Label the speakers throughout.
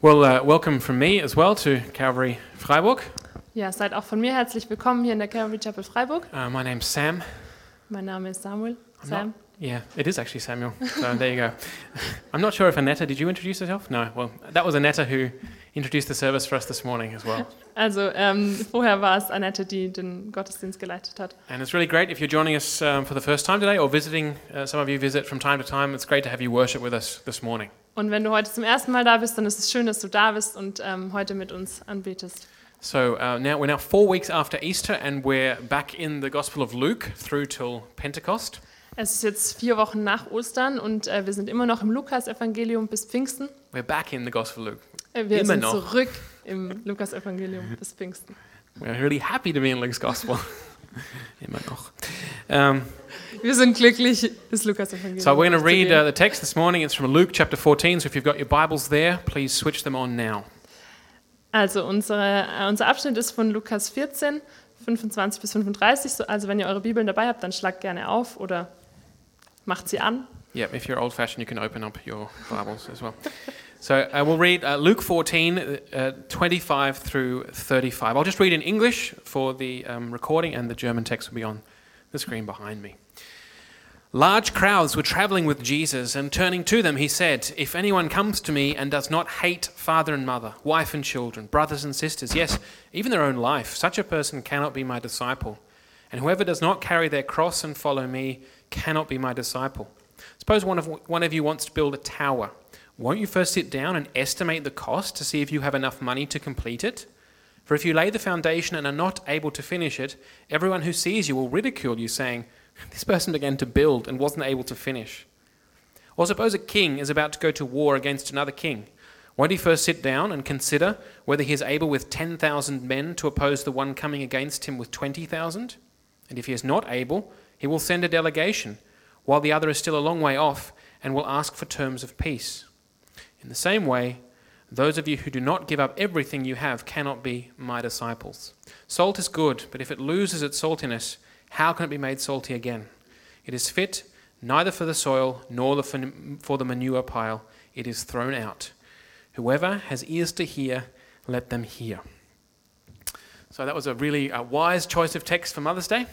Speaker 1: Well, uh, welcome from me as well to Calvary Freiburg.
Speaker 2: Ja, seid auch von mir herzlich willkommen hier in der Calvary Chapel Freiburg.
Speaker 1: Uh, my name's Sam.
Speaker 2: Mein Name ist Samuel.
Speaker 1: I'm
Speaker 2: Sam.
Speaker 1: Not, yeah, it is actually Samuel. So there you go. I'm not sure if Annetta, did you introduce yourself? No. Well, that was Annetta who introduced the service for us this morning as well.
Speaker 2: Also ähm, vorher war es Annette, die den Gottesdienst geleitet hat.
Speaker 1: And it's really great if you're joining us um, for the first time today or visiting. Uh, some of you visit from time to time. It's great to have you worship with us this morning.
Speaker 2: Und wenn du heute zum ersten Mal da bist, dann ist es schön, dass du da bist und ähm, heute mit uns anbetest.
Speaker 1: So uh, now we're now four weeks after Easter, and we're back in the Gospel of Luke through till Pentecost.
Speaker 2: Es ist jetzt vier Wochen nach Ostern und äh, wir sind immer noch im Lukas-Evangelium bis Pfingsten.
Speaker 1: We're back in the Gospel of Luke.
Speaker 2: Äh, wir
Speaker 1: Immer
Speaker 2: sind
Speaker 1: noch.
Speaker 2: zurück im Lukas-Evangelium bis Pfingsten.
Speaker 1: We're really happy to be in Luke's Gospel. Immer noch. um,
Speaker 2: Wir sind glücklich, das
Speaker 1: so
Speaker 2: Lukas-Evangelium
Speaker 1: we're going to
Speaker 2: zu
Speaker 1: read uh,
Speaker 2: lesen.
Speaker 1: the text this morning. It's from Luke chapter 14. So if you've got your Bibles there, please switch them on now.
Speaker 2: Also unsere, äh, unser Abschnitt ist von Lukas 14, 25 bis 35. So, also wenn ihr eure Bibeln dabei habt, dann schlagt gerne auf oder macht sie an.
Speaker 1: Yep, if you're old fashioned, you can open up your Bibles as well. So I will read uh, Luke 14, uh, 25 through 35. I'll just read in English for the um, recording, and the German text will be on the screen behind me. Large crowds were traveling with Jesus, and turning to them, he said, If anyone comes to me and does not hate father and mother, wife and children, brothers and sisters, yes, even their own life, such a person cannot be my disciple. And whoever does not carry their cross and follow me cannot be my disciple. Suppose one of, one of you wants to build a tower. Won't you first sit down and estimate the cost to see if you have enough money to complete it? For if you lay the foundation and are not able to finish it, everyone who sees you will ridicule you, saying, This person began to build and wasn't able to finish. Or suppose a king is about to go to war against another king. Won't he first sit down and consider whether he is able with 10,000 men to oppose the one coming against him with 20,000? And if he is not able, he will send a delegation, while the other is still a long way off, and will ask for terms of peace. In the same way, those of you who do not give up everything you have cannot be my disciples. Salt is good, but if it loses its saltiness, how can it be made salty again? It is fit neither for the soil nor the fin- for the manure pile. It is thrown out. Whoever has ears to hear, let them hear. So that was a really uh, wise choice of text for Mother's Day.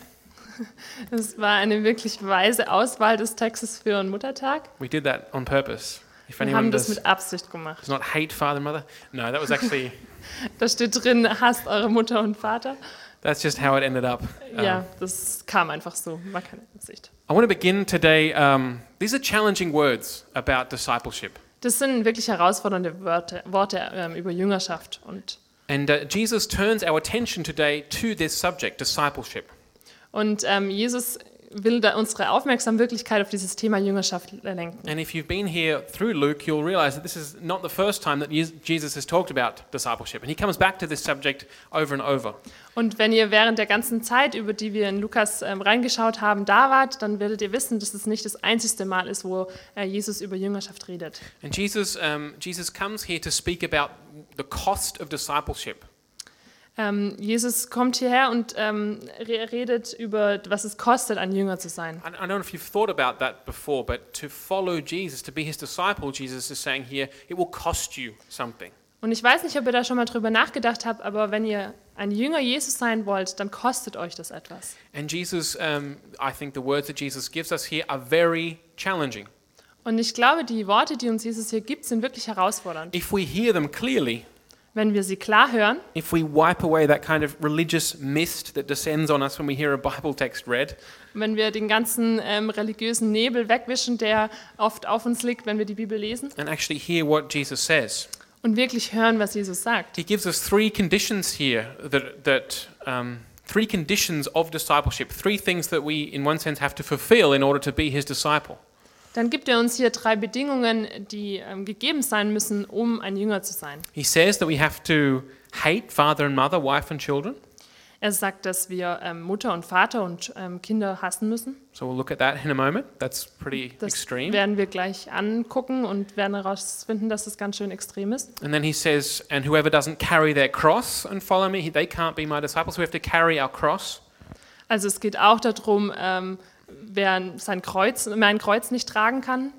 Speaker 2: Es war eine wirklich weise Auswahl des Textes für einen Muttertag.
Speaker 1: We did that on purpose. If
Speaker 2: Wir
Speaker 1: anyone
Speaker 2: haben das
Speaker 1: does,
Speaker 2: mit Absicht gemacht.
Speaker 1: does not hate father and mother, no, that was actually
Speaker 2: Da steht drin, hasst eure Mutter und Vater.
Speaker 1: that's just how it ended up. Um,
Speaker 2: Ja, das kam einfach so, war keine Absicht.
Speaker 1: I want to begin today. Um, these are challenging words about discipleship.
Speaker 2: Das sind wirklich herausfordernde Worte, Worte ähm, über Jüngerschaft. Und,
Speaker 1: And uh, Jesus turns our attention today to this subject, discipleship.
Speaker 2: und ähm, Jesus will da unsere Aufmerksamkeit auf dieses Thema Jüngerschaft lenken.
Speaker 1: And if you've been here through Luke, you'll realize that this is not the first time that Yes- Jesus has talked about discipleship. And he comes back to this subject over and over.
Speaker 2: Und wenn ihr während der ganzen Zeit, über die wir in Lukas ähm, reingeschaut haben, da wart, dann werdet ihr wissen, dass es nicht das einzigste Mal ist, wo äh, Jesus über Jüngerschaft redet.
Speaker 1: And Jesus, um, Jesus comes here to speak about the cost of discipleship.
Speaker 2: Ähm, Jesus kommt hierher und ähm, re- redet über, was es kostet, ein Jünger zu sein.
Speaker 1: I I don't know if you've thought about that before, but to follow Jesus, to be his disciple, Jesus is saying here, it will cost you something.
Speaker 2: Und ich weiß nicht, ob ihr da schon mal drüber nachgedacht habt, aber wenn ihr ein Jünger Jesus sein wollt, dann kostet euch das etwas.
Speaker 1: And Jesus, um, I think the words that Jesus gives us here are very challenging.
Speaker 2: Und ich glaube, die Worte, die uns Jesus hier gibt, sind wirklich herausfordernd.
Speaker 1: If we hear them clearly,
Speaker 2: Wenn wir sie klar hören,
Speaker 1: if we wipe away that kind of religious mist that descends on us when we hear a Bible text read,
Speaker 2: wenn wir den ganzen ähm, religiösen Nebel wegwischen, der oft auf uns liegt, wenn wir die Bibel lesen,
Speaker 1: and actually hear what Jesus says,
Speaker 2: und wirklich hören, was Jesus sagt.
Speaker 1: he gives us three conditions here that, that um, three conditions of discipleship, three things that we, in one sense, have to fulfill in order to be his disciple.
Speaker 2: Dann gibt er uns hier drei Bedingungen, die ähm, gegeben sein müssen, um ein Jünger zu sein.
Speaker 1: He says that we have to hate father and mother, wife and children.
Speaker 2: Er sagt, dass wir ähm, Mutter und Vater und ähm, Kinder hassen müssen.
Speaker 1: So we'll look at that in a moment. That's pretty
Speaker 2: Das
Speaker 1: extreme.
Speaker 2: werden wir gleich angucken und werden herausfinden, dass das ganz schön extrem ist.
Speaker 1: And then he says, and whoever doesn't carry their cross and follow me, he- they can't be my disciples. We have to carry our cross.
Speaker 2: Also es geht auch darum, ähm, wer sein Kreuz, mein Kreuz nicht tragen kann.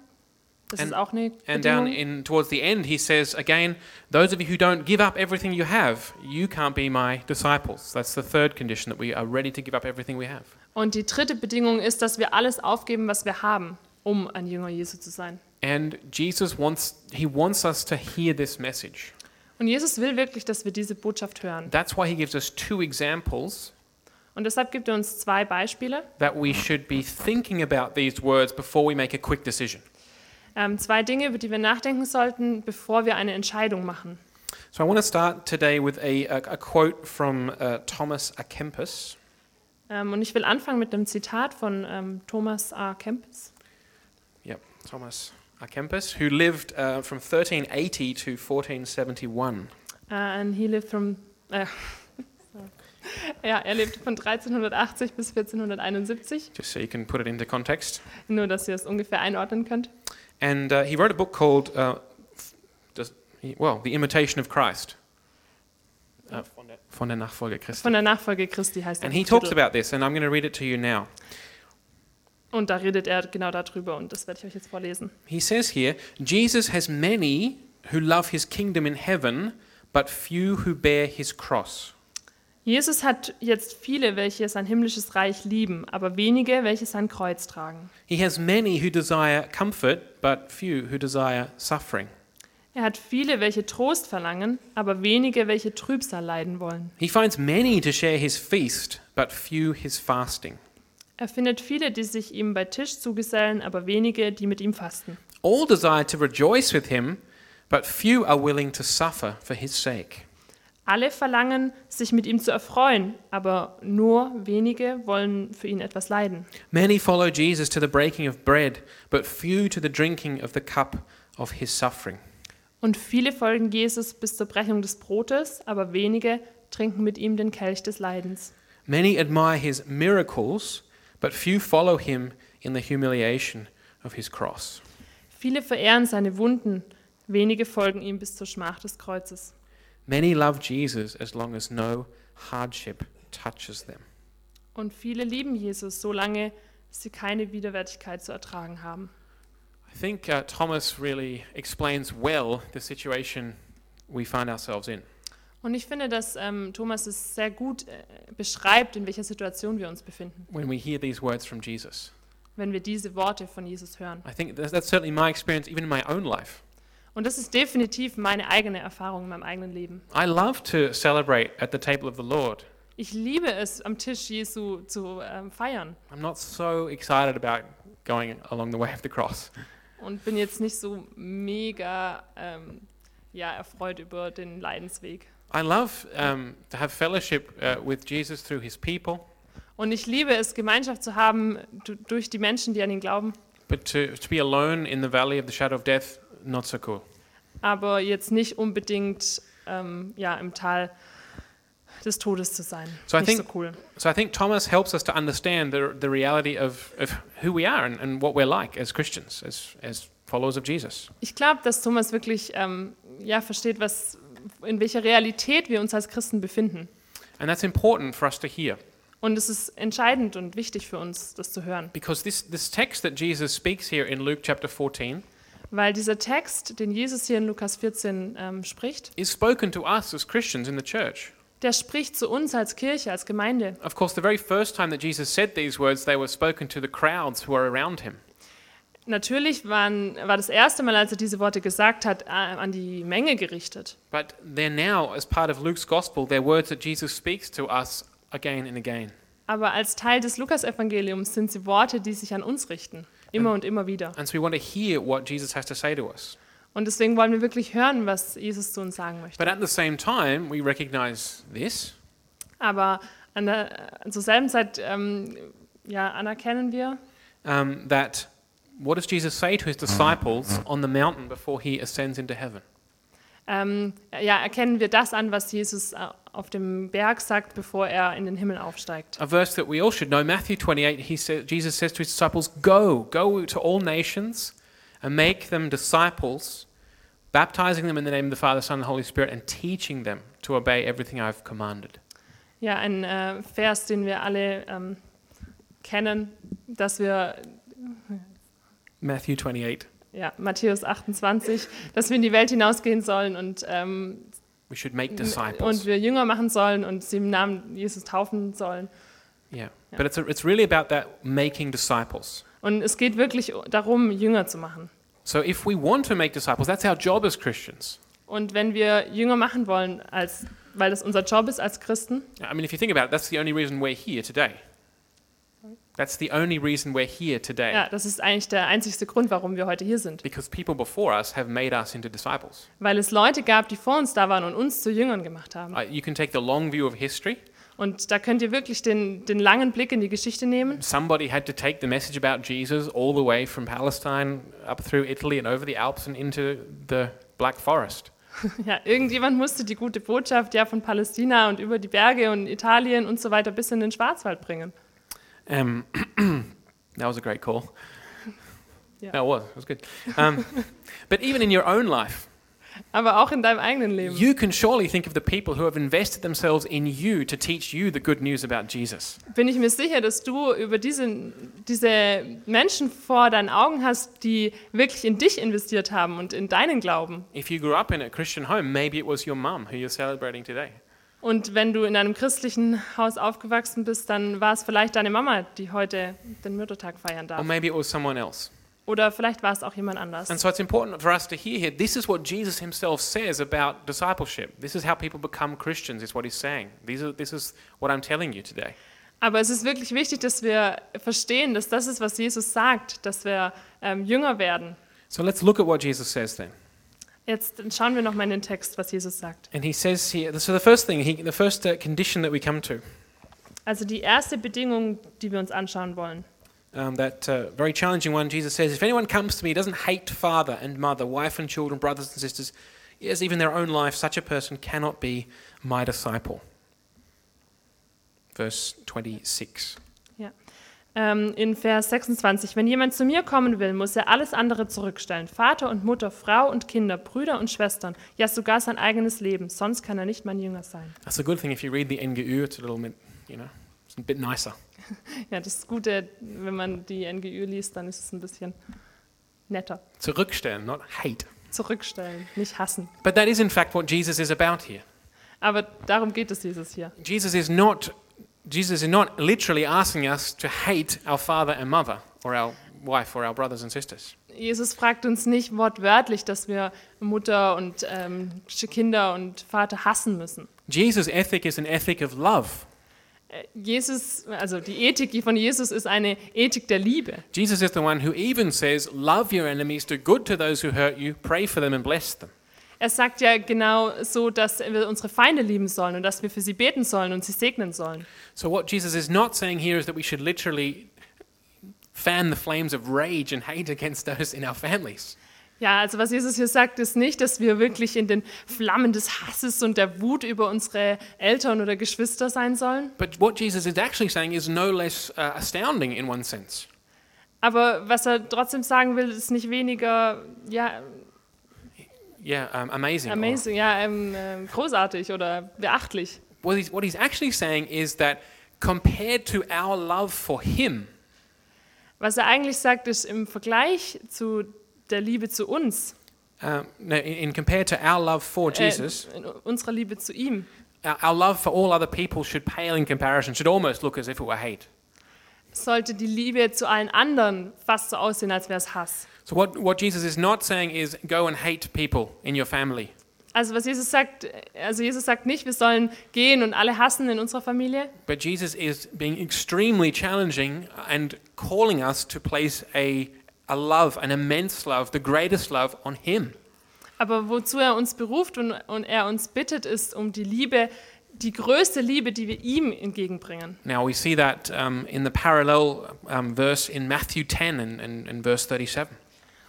Speaker 2: Das
Speaker 1: And-
Speaker 2: ist auch eine
Speaker 1: And down
Speaker 2: Bedingung.
Speaker 1: in towards the end, he says again, "Those of you who don't give up everything you have, you can't be my disciples." That's the third condition that we are ready to give up everything we have.
Speaker 2: Und die dritte Bedingung ist, dass wir alles aufgeben, was wir haben, um ein Jünger Jesu zu sein.
Speaker 1: And Jesus wants he wants us to hear this message.
Speaker 2: Und Jesus will wirklich, dass wir diese Botschaft hören.
Speaker 1: That's why he gives us two examples
Speaker 2: Und deshalb gibt er uns zwei Beispiele,
Speaker 1: that we should be thinking about these words before we make a quick decision.
Speaker 2: ähm, zwei Dinge, über die wir nachdenken sollten, bevor wir eine Entscheidung machen.
Speaker 1: So I want to start today with a, a, a quote from uh, Thomas A. Kempis.
Speaker 2: Ähm, und ich will anfangen mit einem Zitat von ähm, Thomas A. Kempis.
Speaker 1: Yep, Thomas A. Kempis, who lived uh, from 1380 to 1471.
Speaker 2: Uh, and he lived from. Äh, ja, er lebte von 1380 bis 1471,
Speaker 1: Just so you can put it into context.
Speaker 2: nur dass ihr es ungefähr einordnen könnt.
Speaker 1: And uh, he wrote a book called, uh, f- does, well, The Imitation of Christ. Uh, von der Nachfolge Christi.
Speaker 2: Von der Nachfolge Christi heißt er.
Speaker 1: And he talks about this, and I'm going to read it to you now.
Speaker 2: Und da redet er genau darüber und das werde ich euch jetzt vorlesen.
Speaker 1: He says here Jesus has many who love his kingdom in heaven, but few who bear his cross.
Speaker 2: Jesus hat jetzt viele, welche sein himmlisches Reich lieben, aber wenige, welche sein Kreuz tragen.
Speaker 1: He has many who desire comfort, but few who desire suffering.
Speaker 2: Er hat viele, welche Trost verlangen, aber wenige, welche Trübsal leiden wollen.
Speaker 1: He finds many to share his feast, but few his fasting.
Speaker 2: Er findet viele, die sich ihm bei Tisch zugesellen, aber wenige, die mit ihm fasten.
Speaker 1: All desire to rejoice with him, but few are willing to suffer for his sake.
Speaker 2: Alle verlangen, sich mit ihm zu erfreuen, aber nur wenige wollen für ihn etwas leiden.
Speaker 1: Many follow Jesus to the breaking of bread, but few to the drinking of the cup of his suffering.
Speaker 2: Und viele folgen Jesus bis zur Brechung des Brotes, aber wenige trinken mit ihm den Kelch des Leidens.
Speaker 1: Many admire his miracles, but few follow him in the humiliation of his cross.
Speaker 2: Viele verehren seine Wunden, wenige folgen ihm bis zur Schmach des Kreuzes.
Speaker 1: Many love Jesus as long as no hardship touches them.
Speaker 2: Und viele lieben Jesus, solange sie keine Widerwärtigkeit zu ertragen haben.
Speaker 1: I think uh, Thomas really explains well the situation we find ourselves in.
Speaker 2: Und ich finde, dass ähm, Thomas es sehr gut äh, beschreibt, in welcher Situation wir uns befinden,
Speaker 1: when we hear these words from Jesus.
Speaker 2: wenn wir diese Worte von Jesus hören.
Speaker 1: I think that's, that's certainly my experience, even in my own life.
Speaker 2: Und das ist definitiv meine eigene Erfahrung in meinem eigenen Leben.
Speaker 1: I love to celebrate at the table of the Lord.
Speaker 2: Ich liebe es, am Tisch Jesu zu ähm, feiern
Speaker 1: I'm not so excited about going along the way of the cross.
Speaker 2: und bin jetzt nicht so mega ähm, ja, erfreut über den Leidensweg.
Speaker 1: I love um, to have fellowship uh, with Jesus through his people,
Speaker 2: Und ich liebe es, Gemeinschaft zu haben du- durch die Menschen, die an ihn glauben.
Speaker 1: but to, to be alone in the valley of the shadow of death, not so cool.
Speaker 2: aber jetzt nicht unbedingt ähm, ja, im Tal des Todes zu sein.
Speaker 1: So I
Speaker 2: nicht so
Speaker 1: think-
Speaker 2: cool.
Speaker 1: So I think Thomas helps us to understand the, the reality of, of who we are and, and what we're like as Christians, as, as followers of Jesus.
Speaker 2: Ich glaube, dass Thomas wirklich ähm, ja, versteht, was, in welcher Realität wir uns als Christen befinden.
Speaker 1: And that's important for us to hear.
Speaker 2: Und es ist entscheidend und wichtig für uns, das zu hören.
Speaker 1: Because this, this text that Jesus speaks here in Luke chapter 14
Speaker 2: Weil dieser Text, den Jesus hier in Lukas 14 ähm, spricht,
Speaker 1: is spoken to us as Christians in the church.
Speaker 2: der spricht zu uns als Kirche, als Gemeinde.
Speaker 1: Of course, the very first time that Jesus said these words, they were spoken to the crowds who are around him.
Speaker 2: Natürlich waren, war das erste Mal, als er diese Worte gesagt hat, äh, an die Menge gerichtet.
Speaker 1: But they're now, as part of Luke's gospel, they're words that Jesus speaks to us again and again.
Speaker 2: Aber als Teil des Lukasevangeliums sind sie Worte, die sich an uns richten, immer und immer wieder.
Speaker 1: And so we want to hear what Jesus has to say to us.
Speaker 2: Und deswegen wollen wir wirklich hören, was Jesus zu uns sagen möchte.
Speaker 1: But at the same time, we recognize this
Speaker 2: Aber an der, äh, zur selben Zeit ähm, ja, anerkennen wir,
Speaker 1: um, that what does Jesus say to his disciples on the mountain before he ascends into heaven?
Speaker 2: ähm, ja, erkennen wir das an, was Jesus äh, auf dem Berg sagt, bevor er in den Himmel aufsteigt.
Speaker 1: A verse that we all should know, Matthew 28, he sa Jesus says to his disciples, Go, go to all nations and make them disciples, baptizing them in the name of the Father, Son, and Holy Spirit, and teaching them to obey everything I've commanded.
Speaker 2: Ja, ein äh, Vers, den wir alle ähm, kennen, dass wir,
Speaker 1: Matthew 28,
Speaker 2: ja, Matthäus 28, dass wir in die Welt hinausgehen sollen und, ähm,
Speaker 1: We should make
Speaker 2: und
Speaker 1: disciples.
Speaker 2: wir Jünger machen sollen und sie im Namen Jesus taufen sollen.
Speaker 1: Yeah. But it's, a, it's really about that making disciples.
Speaker 2: Und es geht wirklich darum, Jünger zu machen.
Speaker 1: So if we want to make disciples, that's our job as Christians.
Speaker 2: Und wenn wir Jünger machen wollen, als, weil das unser Job ist als Christen,
Speaker 1: I mean, if you think about it, that's the only reason we're here today. That's the only reason we're here today.
Speaker 2: ja, das ist eigentlich der einzigste Grund, warum wir heute hier sind.
Speaker 1: Because people before us have made us into disciples.
Speaker 2: Weil es Leute gab, die vor uns da waren und uns zu Jüngern gemacht haben.
Speaker 1: Uh, you can take the long view of history.
Speaker 2: Und da könnt ihr wirklich den, den langen Blick in die Geschichte nehmen.
Speaker 1: Somebody had to take the message about Jesus all the way from Palestine up through Italy and over the Alps and into the Black Forest.
Speaker 2: Ja, irgendjemand musste die gute Botschaft ja von Palästina und über die Berge und Italien und so weiter bis in den Schwarzwald bringen.
Speaker 1: Um, that was a great call.
Speaker 2: Yeah.
Speaker 1: That was. It was good. Um, but even in your own life,
Speaker 2: Aber auch in deinem eigenen Leben.
Speaker 1: you can surely think of the people who have invested themselves in you to teach you the good news about Jesus.
Speaker 2: bin ich mir sicher, dass du über diese, diese Menschen vor deinen Augen hast, die wirklich in dich investiert haben und in deinen Glauben.
Speaker 1: If you grew up in a Christian home, maybe it was your mum who you're celebrating today.
Speaker 2: Und wenn du in einem christlichen Haus aufgewachsen bist, dann war es vielleicht deine Mama, die heute den Muttertag feiern
Speaker 1: Or
Speaker 2: darf.
Speaker 1: maybe it was someone else.
Speaker 2: Oder vielleicht war es auch jemand anders.
Speaker 1: And so it's important for us to hear here this is what Jesus himself says about discipleship. This is how people become Christians, is what he's saying. These are, this is what I'm telling you today.
Speaker 2: Aber es ist wirklich wichtig, dass wir verstehen, dass das ist, was Jesus sagt, dass wir ähm, jünger werden.
Speaker 1: So let's look at what Jesus says then.
Speaker 2: Jetzt schauen wir nochmal in den Text, was Jesus sagt.
Speaker 1: And he says here so the first thing, he, the first uh, condition that we come to,
Speaker 2: Also die erste Bedingung, die wir uns anschauen wollen.
Speaker 1: um, that uh, very challenging one, Jesus says, If anyone comes to me, doesn't hate father and mother, wife and children, brothers and sisters, yes, even their own life, such a person cannot be my disciple. Verse 26.
Speaker 2: Ähm, in Vers 26, wenn jemand zu mir kommen will, muss er alles andere zurückstellen. Vater und Mutter, Frau und Kinder, Brüder und Schwestern, ja sogar sein eigenes Leben, sonst kann er nicht mein Jünger sein.
Speaker 1: That's a good thing if you read the NGU, it's a little bit, you know, it's a bit nicer.
Speaker 2: Ja, das Gute, wenn man die NGÜ liest, dann ist es ein bisschen netter.
Speaker 1: Zurückstellen, not hate.
Speaker 2: Zurückstellen, nicht hassen.
Speaker 1: But that is, in fact, what Jesus is about here.
Speaker 2: Aber darum geht es Jesus hier.
Speaker 1: Jesus is not, Jesus is not literally asking us to hate our father and mother, or our wife, or our brothers and sisters.
Speaker 2: Jesus fragt uns nicht wortwörtlich, dass wir Mutter und ähm, Kinder und Vater hassen müssen.
Speaker 1: Jesus' ethic is an ethic of love.
Speaker 2: Jesus, also die Ethik von Jesus ist eine Ethik der Liebe.
Speaker 1: Jesus is the one who even says, Love your enemies, do good to those who hurt you, pray for them and bless them.
Speaker 2: Er sagt ja genau so, dass wir unsere Feinde lieben sollen und dass wir für sie beten sollen und sie segnen sollen.
Speaker 1: So, what Jesus is not saying here is that we should literally fan the flames of rage and hate against those in our families.
Speaker 2: Ja, also was Jesus hier sagt, ist nicht, dass wir wirklich in den Flammen des Hasses und der Wut über unsere Eltern oder Geschwister sein sollen.
Speaker 1: But what Jesus is actually saying is no less uh, astounding in one sense.
Speaker 2: Aber was er trotzdem sagen will, ist nicht weniger ja,
Speaker 1: Yeah, um, amazing. or-
Speaker 2: amazing, ja, ähm, ähm, großartig oder beachtlich.
Speaker 1: What he's, what he's actually saying is that compared to our love for him,
Speaker 2: Was er eigentlich sagt, ist im Vergleich zu der Liebe zu uns,
Speaker 1: um, no, in, in compared to our love for
Speaker 2: äh,
Speaker 1: Jesus,
Speaker 2: in unserer Liebe zu ihm,
Speaker 1: our, our love for all other people should pale in comparison, should almost look as if it were hate.
Speaker 2: sollte die Liebe zu allen anderen fast so aussehen, als wäre es Hass.
Speaker 1: So what, what Jesus is not saying is go and hate people in your family.
Speaker 2: Also was Jesus sagt, also Jesus sagt nicht, wir sollen gehen und alle hassen in unserer Familie,
Speaker 1: But Jesus is being extremely challenging and calling us to place a, a love, an immense love, the greatest love on him.
Speaker 2: aber wozu er uns beruft und, und er uns bittet, ist um die Liebe, die größte Liebe, die wir ihm entgegenbringen.
Speaker 1: Now we see that um, in the parallel um, verse in Matthew 10 and, and, and verse 37.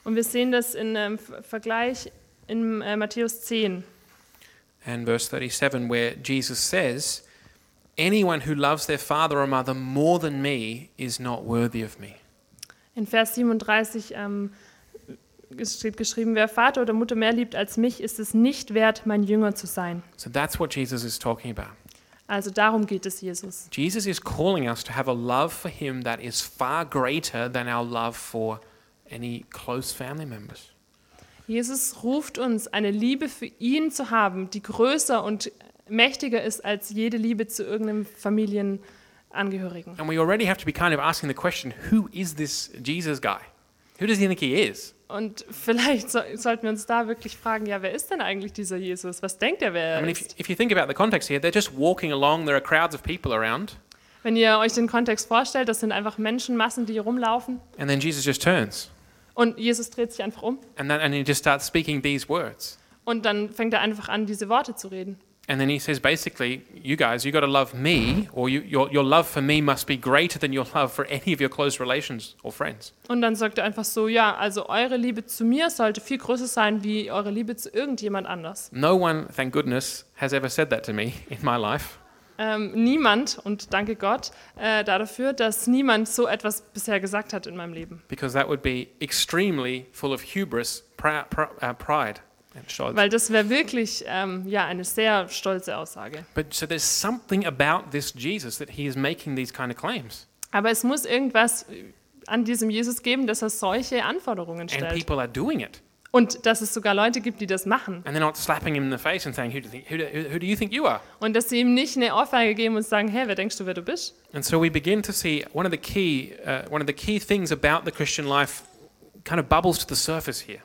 Speaker 2: Und wir sehen das in ähm, Ver- Vergleich in äh, Matthäus 10.
Speaker 1: and verse 37, where Jesus says, Anyone who loves their father or mother more than me is not worthy of me.
Speaker 2: In Vers 37 ähm, es steht geschrieben, wer Vater oder Mutter mehr liebt als mich, ist es nicht wert, mein Jünger zu sein.
Speaker 1: So that's what Jesus is talking about.
Speaker 2: Also darum geht es Jesus.
Speaker 1: Jesus is calling us to have a love for him that is far greater than our love for any close family members.
Speaker 2: Jesus ruft uns, eine Liebe für ihn zu haben, die größer und mächtiger ist als jede Liebe zu irgendeinem Familienangehörigen.
Speaker 1: And we already have to be kind of asking the question who is this Jesus guy? Who does he think he is?
Speaker 2: Und vielleicht so, sollten wir uns da wirklich fragen, ja, wer ist denn eigentlich dieser Jesus? Was denkt er, wer
Speaker 1: I
Speaker 2: er
Speaker 1: mean, if,
Speaker 2: ist?
Speaker 1: if you think about the context here, they're just walking along, there are crowds of people around,
Speaker 2: Wenn ihr euch den Kontext vorstellt, das sind einfach Menschenmassen, die hier rumlaufen
Speaker 1: and then Jesus just turns
Speaker 2: und Jesus dreht sich einfach um
Speaker 1: and, then, and he just starts speaking these words.
Speaker 2: und dann fängt er einfach an, diese Worte zu reden.
Speaker 1: And then he says, basically, you guys, you got to love me, or you, your, your love for me must be greater than your love for any of your close relations or friends.
Speaker 2: Und dann sagt er einfach so, ja, also eure Liebe zu mir sollte viel größer sein wie eure Liebe zu irgendjemand anders.
Speaker 1: No one, thank goodness, has ever said that to me in my life.
Speaker 2: Ähm, niemand, und danke Gott äh, dafür, dass niemand so etwas bisher gesagt hat in meinem Leben.
Speaker 1: because that would be extremely full of hubris, pri- pri- uh, pride, and stolz.
Speaker 2: Weil das wäre wirklich ähm, ja, eine sehr stolze Aussage.
Speaker 1: but so there's something about this Jesus that he is making these kind of claims,
Speaker 2: Aber es muss irgendwas äh, an diesem Jesus geben, dass er solche Anforderungen
Speaker 1: and
Speaker 2: stellt.
Speaker 1: people are doing it,
Speaker 2: Und dass es sogar Leute gibt, die das machen.
Speaker 1: and they're not slapping him in the face and saying, "Who do you think, who do, who who do you, think you are?"
Speaker 2: Und dass sie ihm nicht eine Ohrfeige geben und sagen, hey, wer denkst du, wer du bist?
Speaker 1: And so we begin to see one of the key, uh, one of the key things about the Christian life, kind of bubbles to the surface here.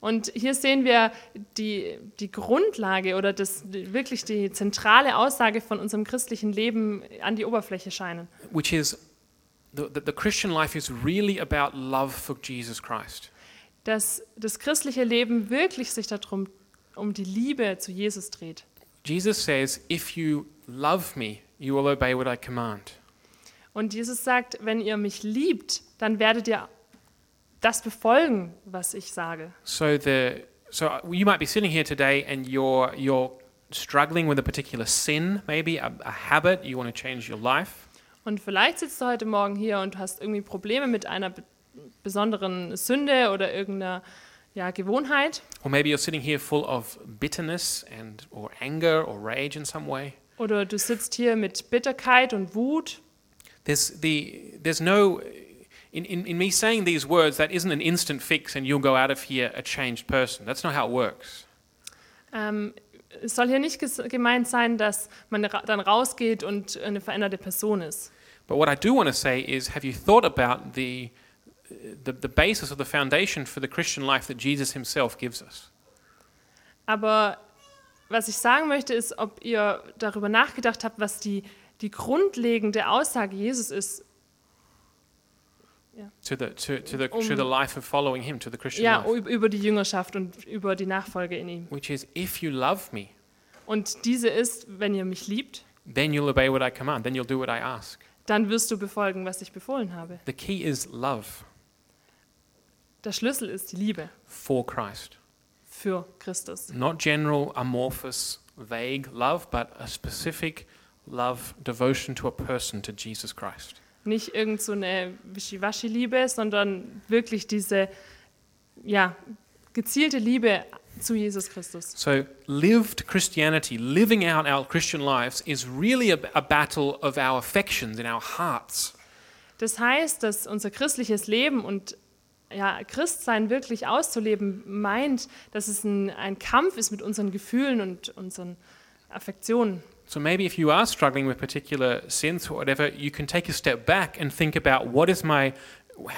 Speaker 2: Und hier sehen wir die, die Grundlage oder das, die, wirklich die zentrale Aussage von unserem christlichen Leben an die Oberfläche scheinen.
Speaker 1: which is the, the, the Christian life is really about love for Jesus Christ.
Speaker 2: Dass das christliche Leben wirklich sich darum um die Liebe zu Jesus dreht.
Speaker 1: Jesus says, "If you love me, you will obey what I command."
Speaker 2: Und Jesus sagt, wenn ihr mich liebt, dann werdet ihr das befolgen, was ich sage.
Speaker 1: So the so you might be sitting here today and you're you're struggling with a particular sin, maybe a, a habit you want to change your life,
Speaker 2: Und vielleicht sitzt du heute Morgen hier und hast irgendwie Probleme mit einer be- besonderen Sünde oder irgendeiner ja, Gewohnheit.
Speaker 1: or maybe you're sitting here full of bitterness and or anger or rage in some way.
Speaker 2: Oder du sitzt hier mit Bitterkeit und Wut.
Speaker 1: There's the there's no in, in, in me saying these words, that isn't an instant fix and you'll go out of here a changed person. That's not how it works.
Speaker 2: Ähm, es soll hier nicht ges- gemeint sein, dass man ra dann rausgeht und eine veränderte Person ist.
Speaker 1: But what I do want to say is have you thought about the, the, the basis of the foundation for the Christian life that Jesus himself gives us?
Speaker 2: Aber was ich sagen möchte, ist, ob ihr darüber nachgedacht habt, was die, die grundlegende Aussage Jesus ist,
Speaker 1: To the, to, to, the, to the life of following him, to the Christian
Speaker 2: ja,
Speaker 1: life.
Speaker 2: üb- über die Jüngerschaft und über die Nachfolge in ihm.
Speaker 1: Which is, if you love me,
Speaker 2: Und diese ist, wenn ihr mich liebt,
Speaker 1: then you'll obey what I command, then you'll do what I ask.
Speaker 2: dann wirst du befolgen, was ich befohlen habe.
Speaker 1: The key is love
Speaker 2: Der Schlüssel ist die Liebe
Speaker 1: for Christ.
Speaker 2: für Christus.
Speaker 1: Not general, amorphous, vague love, but a specific love, devotion to a person, to Jesus Christ.
Speaker 2: Nicht irgend so eine Wischiwaschi-Liebe, sondern wirklich diese ja, gezielte Liebe zu Jesus Christus.
Speaker 1: So, lived Christianity, living out our Christian lives, is really a, a battle of our affections in our hearts.
Speaker 2: Das heißt, dass unser christliches Leben und ja, Christsein wirklich auszuleben meint, dass es ein, ein Kampf ist mit unseren Gefühlen und unseren Affektionen.
Speaker 1: So, maybe if you are struggling with particular sins or whatever, you can take a step back and think about what is my,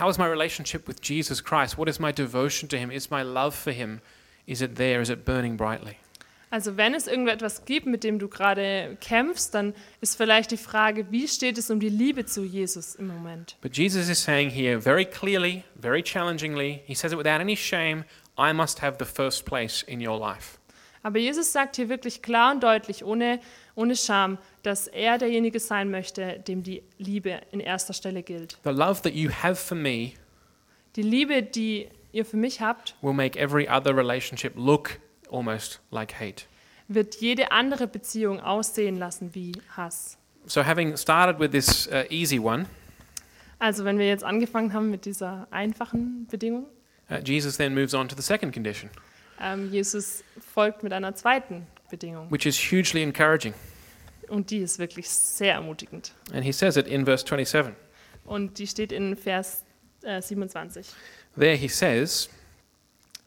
Speaker 1: how is my relationship with Jesus Christ? What is my devotion to Him? Is my love for Him? Is it there? Is it burning brightly?
Speaker 2: Also wenn es irgendetwas gibt, mit dem du gerade kämpfst, dann ist vielleicht die Frage, wie steht es um die Liebe zu Jesus im Moment?
Speaker 1: But Jesus is saying here very clearly, very challengingly, He says it without any shame I must have the first place in your life.
Speaker 2: Aber Jesus sagt hier wirklich klar und deutlich, ohne, ohne Scham, dass er derjenige sein möchte, dem die Liebe in erster Stelle gilt.
Speaker 1: The love that you have for me
Speaker 2: Die Liebe, die ihr für mich habt,
Speaker 1: will make every other relationship look almost like hate.
Speaker 2: wird jede andere Beziehung aussehen lassen wie Hass.
Speaker 1: So, having started with this uh, easy one,
Speaker 2: Also wenn wir jetzt angefangen haben mit dieser einfachen Bedingung,
Speaker 1: uh, Jesus then moves on to the second condition,
Speaker 2: ähm, Jesus folgt mit einer zweiten Bedingung.
Speaker 1: which is hugely encouraging.
Speaker 2: Und die ist wirklich sehr ermutigend.
Speaker 1: And he says it in verse 27.
Speaker 2: Und die steht in Vers äh, 27.
Speaker 1: There he says,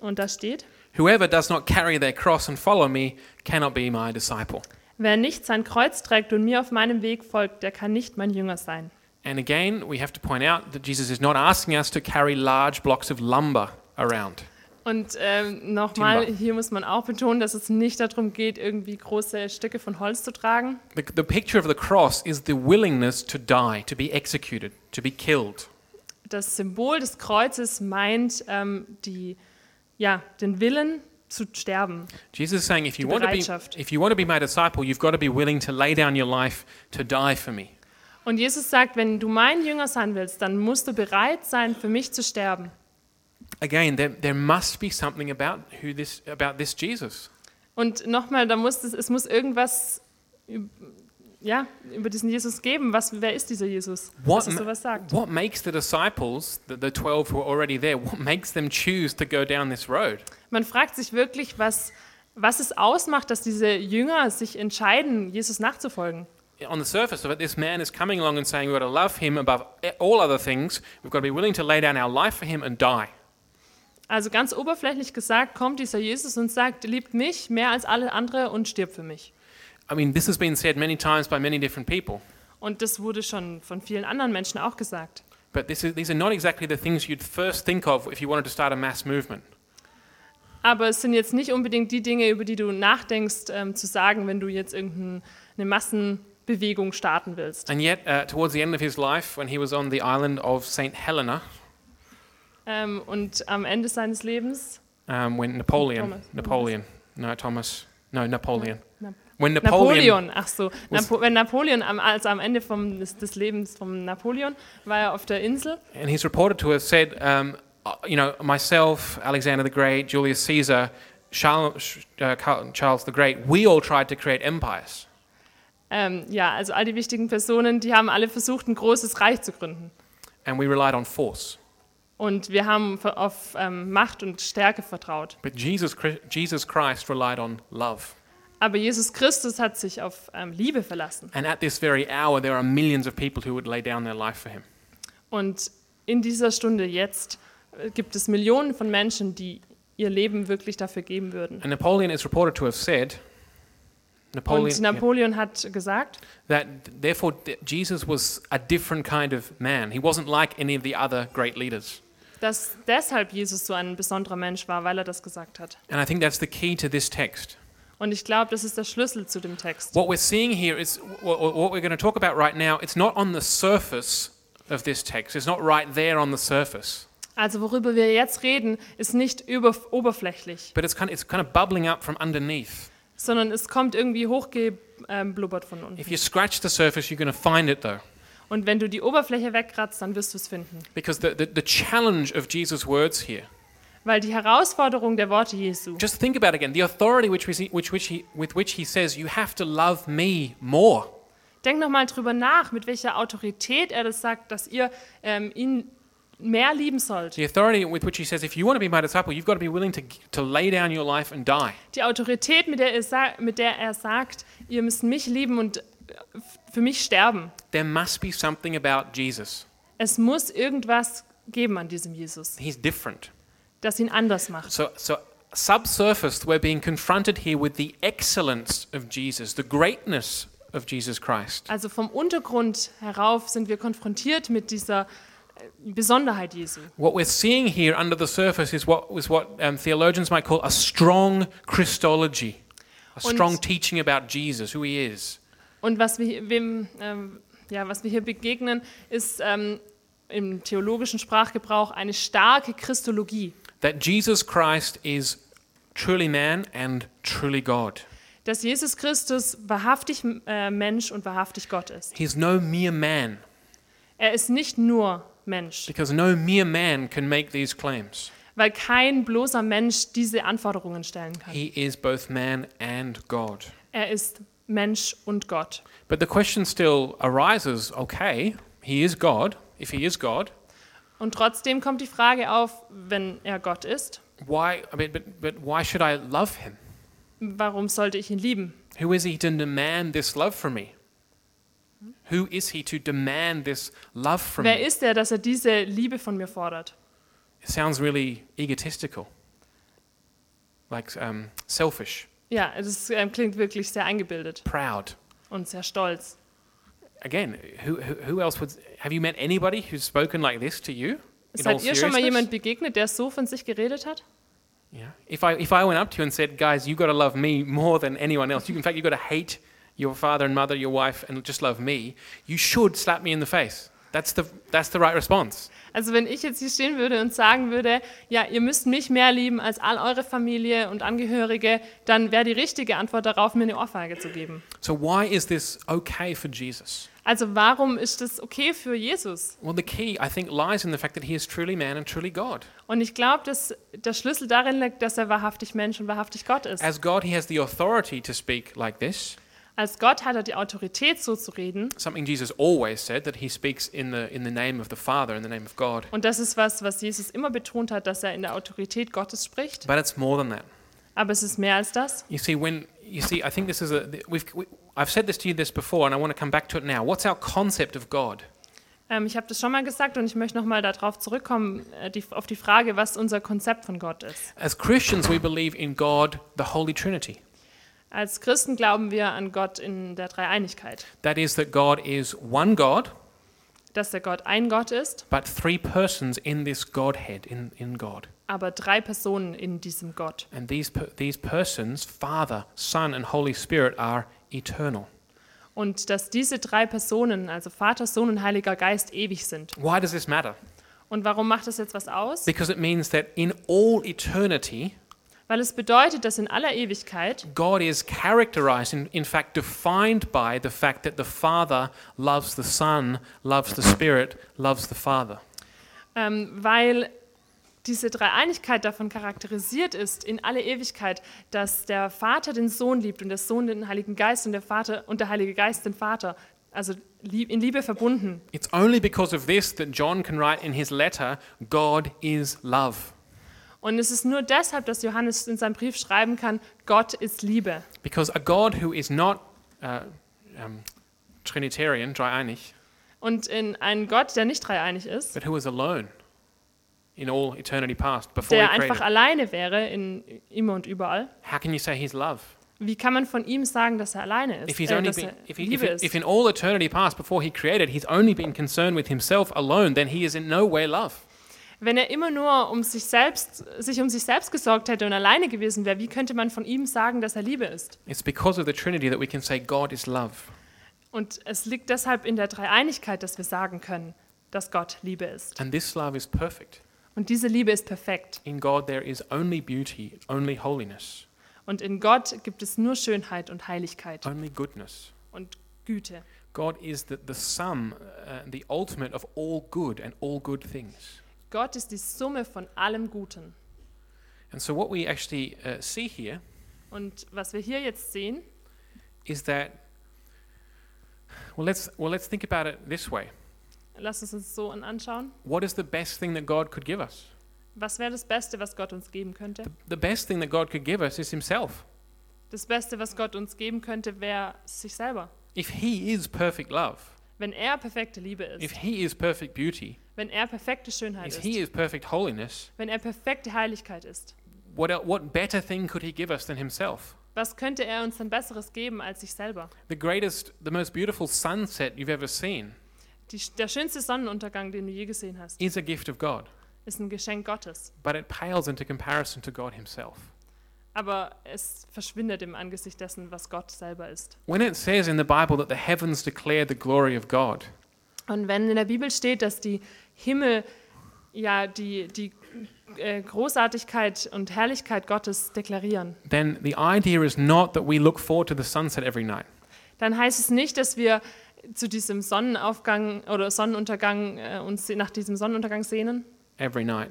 Speaker 2: Und da steht,
Speaker 1: Whoever does not carry their cross and follow me cannot be my disciple.
Speaker 2: wer nicht sein Kreuz trägt und mir auf meinem Weg folgt, der kann nicht mein Jünger sein.
Speaker 1: And again, we have to point out that Jesus is not asking us to carry large blocks of lumber around.
Speaker 2: Und ähm, nochmal,
Speaker 1: Timber.
Speaker 2: hier muss man auch betonen, dass es nicht darum geht, irgendwie große Stücke von Holz zu tragen,
Speaker 1: The, the picture of the cross is the willingness to die, to be executed, to be killed.
Speaker 2: das Symbol des Kreuzes meint ähm, die, ja, den Willen zu sterben.
Speaker 1: Jesus is saying, if you,
Speaker 2: Die
Speaker 1: want to be,
Speaker 2: Bereitschaft.
Speaker 1: if you want to be my disciple, you've got to be willing to lay down your life to die for me.
Speaker 2: Und Jesus sagt, wenn du mein Jünger sein willst, dann musst du bereit sein, für mich zu sterben.
Speaker 1: Again, there, there must be something about, who this, about this Jesus.
Speaker 2: Und nochmal, da muss es, es muss irgendwas üb- ja, über diesen Jesus geben. Was, wer ist dieser Jesus?
Speaker 1: What,
Speaker 2: dass er
Speaker 1: ma-
Speaker 2: sowas sagt.
Speaker 1: what makes the disciples, the, the 12 who are already there, what makes them choose to go down this road?
Speaker 2: Man fragt sich wirklich, was, was es ausmacht, dass diese Jünger sich entscheiden, Jesus nachzufolgen.
Speaker 1: On the surface of it, this man is coming along and saying, We've got to love him above e, all other things. We've got to be willing to lay down our life for him and die.
Speaker 2: Also ganz oberflächlich gesagt, kommt dieser Jesus und sagt, liebt mich mehr als alle andere und stirbt für mich.
Speaker 1: I mean, this has been said many times by many different people,
Speaker 2: Und das wurde schon von vielen anderen Menschen auch gesagt.
Speaker 1: but this is, these are not exactly the things you'd first think of if you wanted to start a mass movement.
Speaker 2: Aber es sind jetzt nicht unbedingt die Dinge, über die du nachdenkst, ähm, zu sagen, wenn du jetzt irgendeine Massenbewegung starten willst.
Speaker 1: And yet, uh, towards the end of his life, when he was on the island of St. Helena,
Speaker 2: Ähm, und am Ende seines Lebens,
Speaker 1: um, when Napoleon,
Speaker 2: Thomas.
Speaker 1: Napoleon, no, Thomas, no, Napoleon.
Speaker 2: Nap-
Speaker 1: when Napoleon
Speaker 2: Napoleon, ach so,
Speaker 1: Was-
Speaker 2: Napo wenn Napoleon, am, also am Ende vom, des, des Lebens von Napoleon, war er auf der Insel
Speaker 1: And he's reported to have said, um, uh, you know, myself, Alexander the Great, Julius Caesar, Charles, uh, Carl- Charles the Great, we all tried to create empires.
Speaker 2: Ähm, ja, also all die wichtigen Personen, die haben alle versucht, ein großes Reich zu gründen.
Speaker 1: And we relied on force.
Speaker 2: Und wir haben ver- auf ähm, Macht und Stärke vertraut.
Speaker 1: But Jesus, Chri- Jesus Christ relied on love.
Speaker 2: Aber Jesus Christus hat sich auf ähm, Liebe verlassen.
Speaker 1: And at this very hour, there are millions of people who would lay down their life for him.
Speaker 2: Und in dieser Stunde jetzt äh, gibt es Millionen von Menschen, die ihr Leben wirklich dafür geben würden.
Speaker 1: And Napoleon is reported to have said, Napoleon,
Speaker 2: Und Napoleon hat gesagt,
Speaker 1: yeah, that therefore th- Jesus was a different kind of man. He wasn't like any of the other great leaders.
Speaker 2: dass deshalb Jesus so ein besonderer Mensch war, weil er das gesagt hat.
Speaker 1: And I think that's the key to this text.
Speaker 2: Und ich glaube, das ist der Schlüssel zu dem Text.
Speaker 1: What we're seeing here is what, what we're going to talk about right now. It's not on the surface of this text. It's not right there on the surface,
Speaker 2: Also worüber wir jetzt reden, ist nicht über oberflächlich.
Speaker 1: but it's kind of, it's kind of bubbling up from underneath.
Speaker 2: sondern es kommt irgendwie hochgeblubbert von unten.
Speaker 1: If you scratch the surface, you're going to find it though,
Speaker 2: Und wenn du die Oberfläche wegkratzt, dann wirst du es finden.
Speaker 1: because the, the, the challenge of Jesus' words here.
Speaker 2: Weil die Herausforderung der Worte Jesu,
Speaker 1: Just think about it again. The authority which we see, which, which he, with which he says, "You have to love me more."
Speaker 2: denk nochmal drüber nach, mit welcher Autorität er das sagt, dass ihr ähm, ihn mehr lieben sollt.
Speaker 1: The authority with which he says, "If you want to be my disciple, you've got to be willing to g- to lay down your life and die."
Speaker 2: Die Autorität, mit der, er sa- mit der er sagt, ihr müsst mich lieben und äh, f- für mich sterben.
Speaker 1: There must be something about Jesus.
Speaker 2: Es muss irgendwas geben an diesem Jesus,
Speaker 1: He's different.
Speaker 2: das ihn anders macht.
Speaker 1: So, so subsurfaced, we're being confronted here with the excellence of Jesus, the greatness of Jesus Christ.
Speaker 2: Also vom Untergrund herauf sind wir konfrontiert mit dieser äh, Besonderheit Jesu.
Speaker 1: What we're seeing here under the surface is what, is what um, theologians might call a strong Christology, a
Speaker 2: Und-
Speaker 1: strong teaching about Jesus, who he is.
Speaker 2: Und was wir, wem, ähm, ja, was wir hier begegnen, ist ähm, im theologischen Sprachgebrauch eine starke Christologie.
Speaker 1: That Jesus Christ is truly man and truly God.
Speaker 2: Dass Jesus Christus wahrhaftig äh, Mensch und wahrhaftig Gott ist.
Speaker 1: He's no mere man,
Speaker 2: Er ist nicht nur Mensch,
Speaker 1: because no mere man can make these claims.
Speaker 2: weil kein bloßer Mensch diese Anforderungen stellen kann.
Speaker 1: He is both man and God.
Speaker 2: Er ist Mensch und Gott.
Speaker 1: But the question still arises okay, he is God. If he is God,
Speaker 2: Und trotzdem kommt die Frage auf, wenn er Gott ist,
Speaker 1: why, I mean, but, but why should I love him?
Speaker 2: warum sollte ich ihn lieben?
Speaker 1: Who is he to demand this love from me? Who is he to demand this love from
Speaker 2: Wer
Speaker 1: me?
Speaker 2: ist er, dass er diese Liebe von mir fordert?
Speaker 1: it sounds really egotistical, like um, selfish,
Speaker 2: Ja, das ähm, klingt wirklich sehr eingebildet
Speaker 1: proud.
Speaker 2: und sehr stolz.
Speaker 1: Again, who, who, who else would. Have you met anybody who's spoken like this to you? in all
Speaker 2: Seid ihr schon mal
Speaker 1: seriousness?
Speaker 2: jemand begegnet, der so von sich geredet hat?
Speaker 1: Yeah. If I if I went up to you and said, "Guys, you got to love me more than anyone else. You, in fact, you got to hate your father and mother, your wife, and just love me," you should slap me in the face. That's the that's the right response.
Speaker 2: Also wenn ich jetzt hier stehen würde und sagen würde, ja, ihr müsst mich mehr lieben als all eure Familie und Angehörige, dann wäre die richtige Antwort darauf, mir eine Ohrfeige zu geben.
Speaker 1: So why is this okay for Jesus?
Speaker 2: Also warum ist das okay für Jesus?
Speaker 1: Well, the key I think lies in the fact that he is truly man and truly God.
Speaker 2: Und ich glaube, dass der Schlüssel darin liegt, dass er wahrhaftig Mensch und wahrhaftig Gott ist.
Speaker 1: As God, he has the authority to speak like this.
Speaker 2: Als Gott hat er die Autorität, so zu reden.
Speaker 1: Something Jesus always said that he speaks in the in the name of the Father, in the name of God.
Speaker 2: Und das ist was, was Jesus immer betont hat, dass er in der Autorität Gottes spricht.
Speaker 1: But it's more than that.
Speaker 2: Aber es ist mehr als das.
Speaker 1: You see, when you see, I think this is a. We've, we, I've said this to you this before, and I want to come back to it now. What's our concept of God?
Speaker 2: Ähm, ich habe das schon mal gesagt und ich möchte nochmal darauf zurückkommen, äh, die, auf die Frage, was unser Konzept von Gott ist.
Speaker 1: As Christians, we believe in God, the Holy Trinity.
Speaker 2: Als Christen glauben wir an Gott in der Dreieinigkeit.
Speaker 1: That is, that God is one God,
Speaker 2: Dass der Gott ein Gott ist,
Speaker 1: but three persons in this Godhead, in, in God.
Speaker 2: aber drei Personen in diesem Gott.
Speaker 1: And these, per, these persons, Father, Son, and Holy Spirit, are eternal.
Speaker 2: Und dass diese drei Personen, also Vater, Sohn und Heiliger Geist, ewig sind.
Speaker 1: Why does this matter?
Speaker 2: Und warum macht das jetzt was aus?
Speaker 1: Because it means that in all eternity,
Speaker 2: Weil es bedeutet, dass in aller Ewigkeit
Speaker 1: God is characterized, in, in fact, defined by the fact that the Father loves the Son, loves the Spirit, loves the Father.
Speaker 2: Ähm, weil diese Dreieinigkeit davon charakterisiert ist in alle Ewigkeit, dass der Vater den Sohn liebt und der Sohn den Heiligen Geist und der Vater und der Heilige Geist den Vater, also lieb, in Liebe verbunden.
Speaker 1: It's only because of this that John can write in his letter, God is love.
Speaker 2: Und es ist nur deshalb, dass Johannes in seinem Brief schreiben kann, Gott ist Liebe.
Speaker 1: Because a God who is not uh, um, Trinitarian, dreieinig,
Speaker 2: Und in einen Gott, der nicht dreieinig ist,
Speaker 1: but who is alone in all eternity past before
Speaker 2: der
Speaker 1: he created,
Speaker 2: einfach alleine wäre in immer und überall.
Speaker 1: how can you say he's love?
Speaker 2: Wie kann man von ihm sagen, dass er alleine
Speaker 1: If
Speaker 2: ist?
Speaker 1: he's
Speaker 2: Äh,
Speaker 1: only
Speaker 2: dass
Speaker 1: been,
Speaker 2: er
Speaker 1: if, he, if,
Speaker 2: Liebe
Speaker 1: he-
Speaker 2: ist?
Speaker 1: if in all eternity past before he created, he's only been concerned with himself alone, then he is in no way love.
Speaker 2: Wenn er immer nur um sich selbst, sich um sich selbst gesorgt hätte und alleine gewesen wäre, wie könnte man von ihm sagen, dass er Liebe ist?
Speaker 1: It's because of the Trinity that we can say God is love.
Speaker 2: Und es liegt deshalb in der Dreieinigkeit, dass wir sagen können, dass Gott Liebe ist.
Speaker 1: And this love is perfect.
Speaker 2: Und diese Liebe ist perfekt.
Speaker 1: In God there is only beauty, only holiness,
Speaker 2: Und in Gott gibt es nur Schönheit und Heiligkeit
Speaker 1: only goodness.
Speaker 2: und Güte.
Speaker 1: God is the, the sum, uh, the ultimate of all good and all good things.
Speaker 2: Gott ist die Summe von allem Guten.
Speaker 1: And so, what we actually uh, see here
Speaker 2: Und was wir hier jetzt sehen,
Speaker 1: is that, well, let's, well, let's think about it this way
Speaker 2: lasst uns uns so an- anschauen.
Speaker 1: What is the best thing that God could give us?
Speaker 2: Was wäre das Beste, was Gott uns geben könnte?
Speaker 1: The best thing that God could give us is Himself.
Speaker 2: Das Beste, was Gott uns geben könnte, wäre sich selber.
Speaker 1: If He is perfect love,
Speaker 2: Wenn er perfekte Liebe ist.
Speaker 1: if He is perfect beauty,
Speaker 2: Wenn er perfekte Schönheit
Speaker 1: if
Speaker 2: ist,
Speaker 1: He is perfect holiness,
Speaker 2: wenn er perfekte Heiligkeit ist,
Speaker 1: what, el- what better thing could He give us than Himself?
Speaker 2: was könnte er uns dann Besseres geben als sich selber?
Speaker 1: The greatest, the most beautiful sunset you've ever seen
Speaker 2: Die, der schönste Sonnenuntergang, den du je gesehen hast,
Speaker 1: is a gift of God.
Speaker 2: ist ein Geschenk Gottes.
Speaker 1: but it pales into comparison to God Himself.
Speaker 2: Aber es verschwindet im Angesicht dessen, was Gott selber ist.
Speaker 1: When it says in the Bible that the heavens declare the glory of God,
Speaker 2: Und wenn in der Bibel steht, dass die Himmel ja die, die äh, Großartigkeit und Herrlichkeit Gottes deklarieren,
Speaker 1: then the idea is not that we look forward to the sunset every night.
Speaker 2: dann heißt es nicht, dass wir zu diesem Sonnenaufgang oder Sonnenuntergang äh, uns nach diesem Sonnenuntergang sehnen,
Speaker 1: Every night.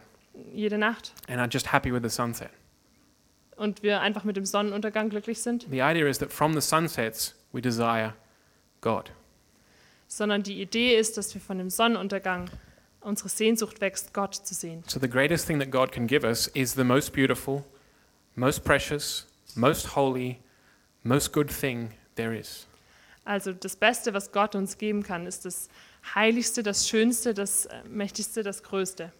Speaker 2: jede Nacht.
Speaker 1: And are just happy with the sunset.
Speaker 2: und wir einfach mit dem Sonnenuntergang glücklich sind,
Speaker 1: The idea is that from the sunsets, we desire God.
Speaker 2: sondern die Idee ist, dass wir von dem Sonnenuntergang unsere Sehnsucht wächst, Gott zu sehen.
Speaker 1: So the greatest thing that God can give us is the most beautiful, most precious, most holy, most good thing there is.
Speaker 2: Also das Beste, was Gott uns geben kann, ist das Heiligste, das Schönste, das äh, Mächtigste, das Größte.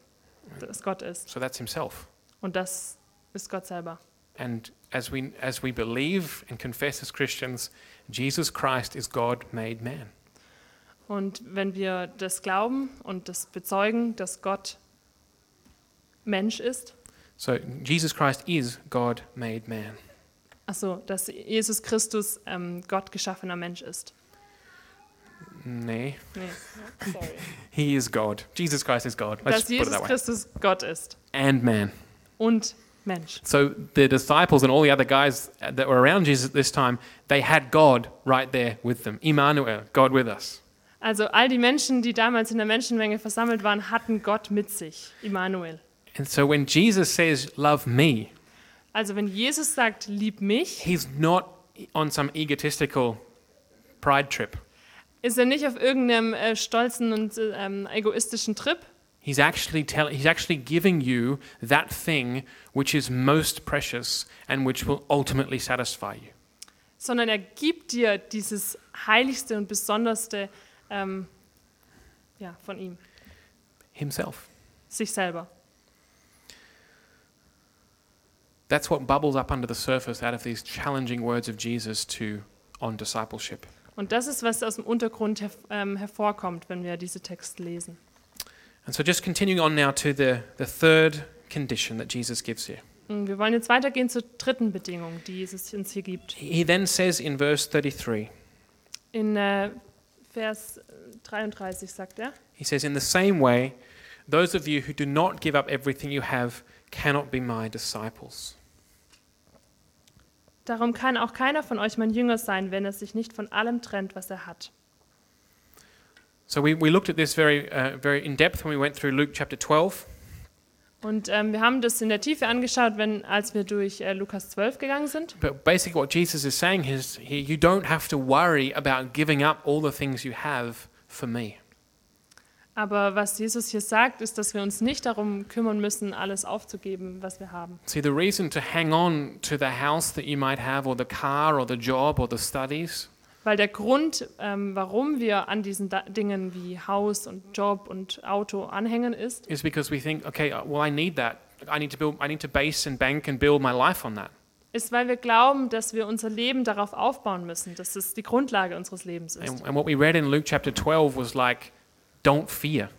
Speaker 2: das Gott ist.
Speaker 1: So that's himself.
Speaker 2: Und das ist Gott selber.
Speaker 1: And as we, as we believe and confess as Christians, Jesus Christ is God made man.
Speaker 2: Und wenn wir das glauben und das bezeugen, dass Gott Mensch ist,
Speaker 1: So Jesus Christ is God made man.
Speaker 2: also dass Jesus Christus ähm, Gott geschaffener Mensch ist.
Speaker 1: Nee,
Speaker 2: Nee, sorry.
Speaker 1: he is God. Jesus Christ is God. Let's
Speaker 2: Dass
Speaker 1: put it
Speaker 2: Jesus
Speaker 1: that way.
Speaker 2: Christus Gott ist
Speaker 1: And man.
Speaker 2: und Mensch.
Speaker 1: So the disciples and all the other guys that were around Jesus at this time, they had God right there with them. Immanuel, God with us.
Speaker 2: Also all die Menschen, die damals in der Menschenmenge versammelt waren, hatten Gott mit sich, Immanuel.
Speaker 1: And so when Jesus says, Love me,
Speaker 2: Also wenn Jesus sagt, lieb mich,
Speaker 1: he's not on some egotistical pride trip.
Speaker 2: ist er nicht auf irgendeinem äh, stolzen und äh, ähm, egoistischen Trip,
Speaker 1: He's actually, tell, he's actually giving you that thing which is most precious and which will ultimately satisfy you.
Speaker 2: sondern er gibt dir dieses heiligste und besonderste ähm, ja, von ihm,
Speaker 1: Himself.
Speaker 2: sich selber.
Speaker 1: That's what bubbles up under the surface out of these challenging words of Jesus to on discipleship.
Speaker 2: Und das ist, was aus dem Untergrund herv- ähm, hervorkommt, wenn wir diese Texte lesen.
Speaker 1: And so just continuing on now to the, the third condition that Jesus gives here.
Speaker 2: Und wir wollen jetzt weitergehen zur dritten Bedingung, die Jesus uns hier gibt.
Speaker 1: He then says in verse 33,
Speaker 2: In äh, Vers äh, 33 sagt er,
Speaker 1: he says, In the same way, those of you who do not give up everything you have cannot be my disciples.
Speaker 2: darum kann auch keiner von euch mein Jünger sein, wenn er sich nicht von allem trennt, was er hat.
Speaker 1: So we, we looked at this very, uh, very in depth when we went through Luke chapter 12.
Speaker 2: Und ähm, wir haben das in der Tiefe angeschaut, wenn, als wir durch äh, Lukas 12 gegangen sind.
Speaker 1: But basically, what Jesus is saying is, he, you don't have to worry about giving up all the things you have for me.
Speaker 2: Aber was Jesus hier sagt, ist, dass wir uns nicht darum kümmern müssen, alles aufzugeben, was wir haben.
Speaker 1: See, the reason to hang on to the house that you might have, or the car, or the job, or the studies,
Speaker 2: Weil der Grund, ähm, warum wir an diesen da Dingen wie Haus und Job und Auto anhängen, ist,
Speaker 1: is because we think, okay, uh, well, I need that. I need to build. I need to base and bank and build my life on that.
Speaker 2: ist, weil wir glauben, dass wir unser Leben darauf aufbauen müssen, dass es die Grundlage unseres Lebens ist.
Speaker 1: And, and what we read in Luke chapter 12 was like, don't fear,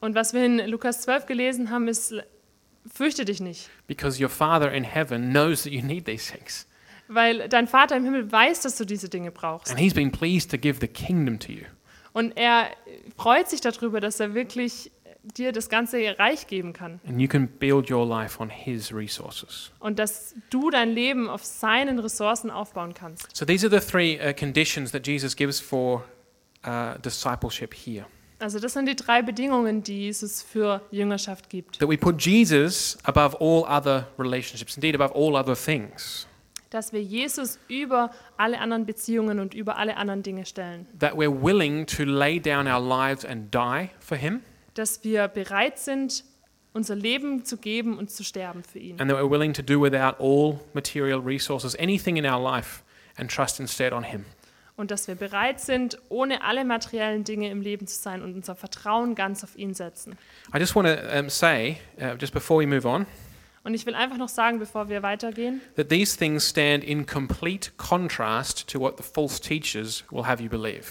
Speaker 2: Und was wir in Lukas 12 gelesen haben, ist, fürchte dich nicht,
Speaker 1: because your Father in heaven knows that you need these things,
Speaker 2: weil dein Vater im Himmel weiß, dass du diese Dinge brauchst.
Speaker 1: and He's been pleased to give the kingdom to you.
Speaker 2: Und er freut sich darüber, dass er wirklich dir das ganze Reich geben kann
Speaker 1: And you can build your life on His resources.
Speaker 2: und dass du dein Leben auf seinen Ressourcen aufbauen kannst.
Speaker 1: So these are the three uh, conditions that Jesus gives for uh, discipleship here.
Speaker 2: Also das sind die drei Bedingungen, die Jesus für Jüngerschaft gibt.
Speaker 1: That we put Jesus above all other relationships, indeed, above all other things.
Speaker 2: Dass wir Jesus über alle anderen Beziehungen und über alle anderen Dinge stellen.
Speaker 1: That we're willing to lay down our lives and die for Him,
Speaker 2: Dass wir bereit sind, unser Leben zu geben und zu sterben für ihn.
Speaker 1: and that we're willing to do without all material resources, anything in our life, and trust instead on Him.
Speaker 2: Und dass wir bereit sind, ohne alle materiellen Dinge im Leben zu sein und unser Vertrauen ganz auf ihn setzen.
Speaker 1: I just want to um, say, uh, just before we move on,
Speaker 2: Und ich will einfach noch sagen, bevor wir weitergehen,
Speaker 1: that these things stand in complete contrast to what the false teachers will have you believe.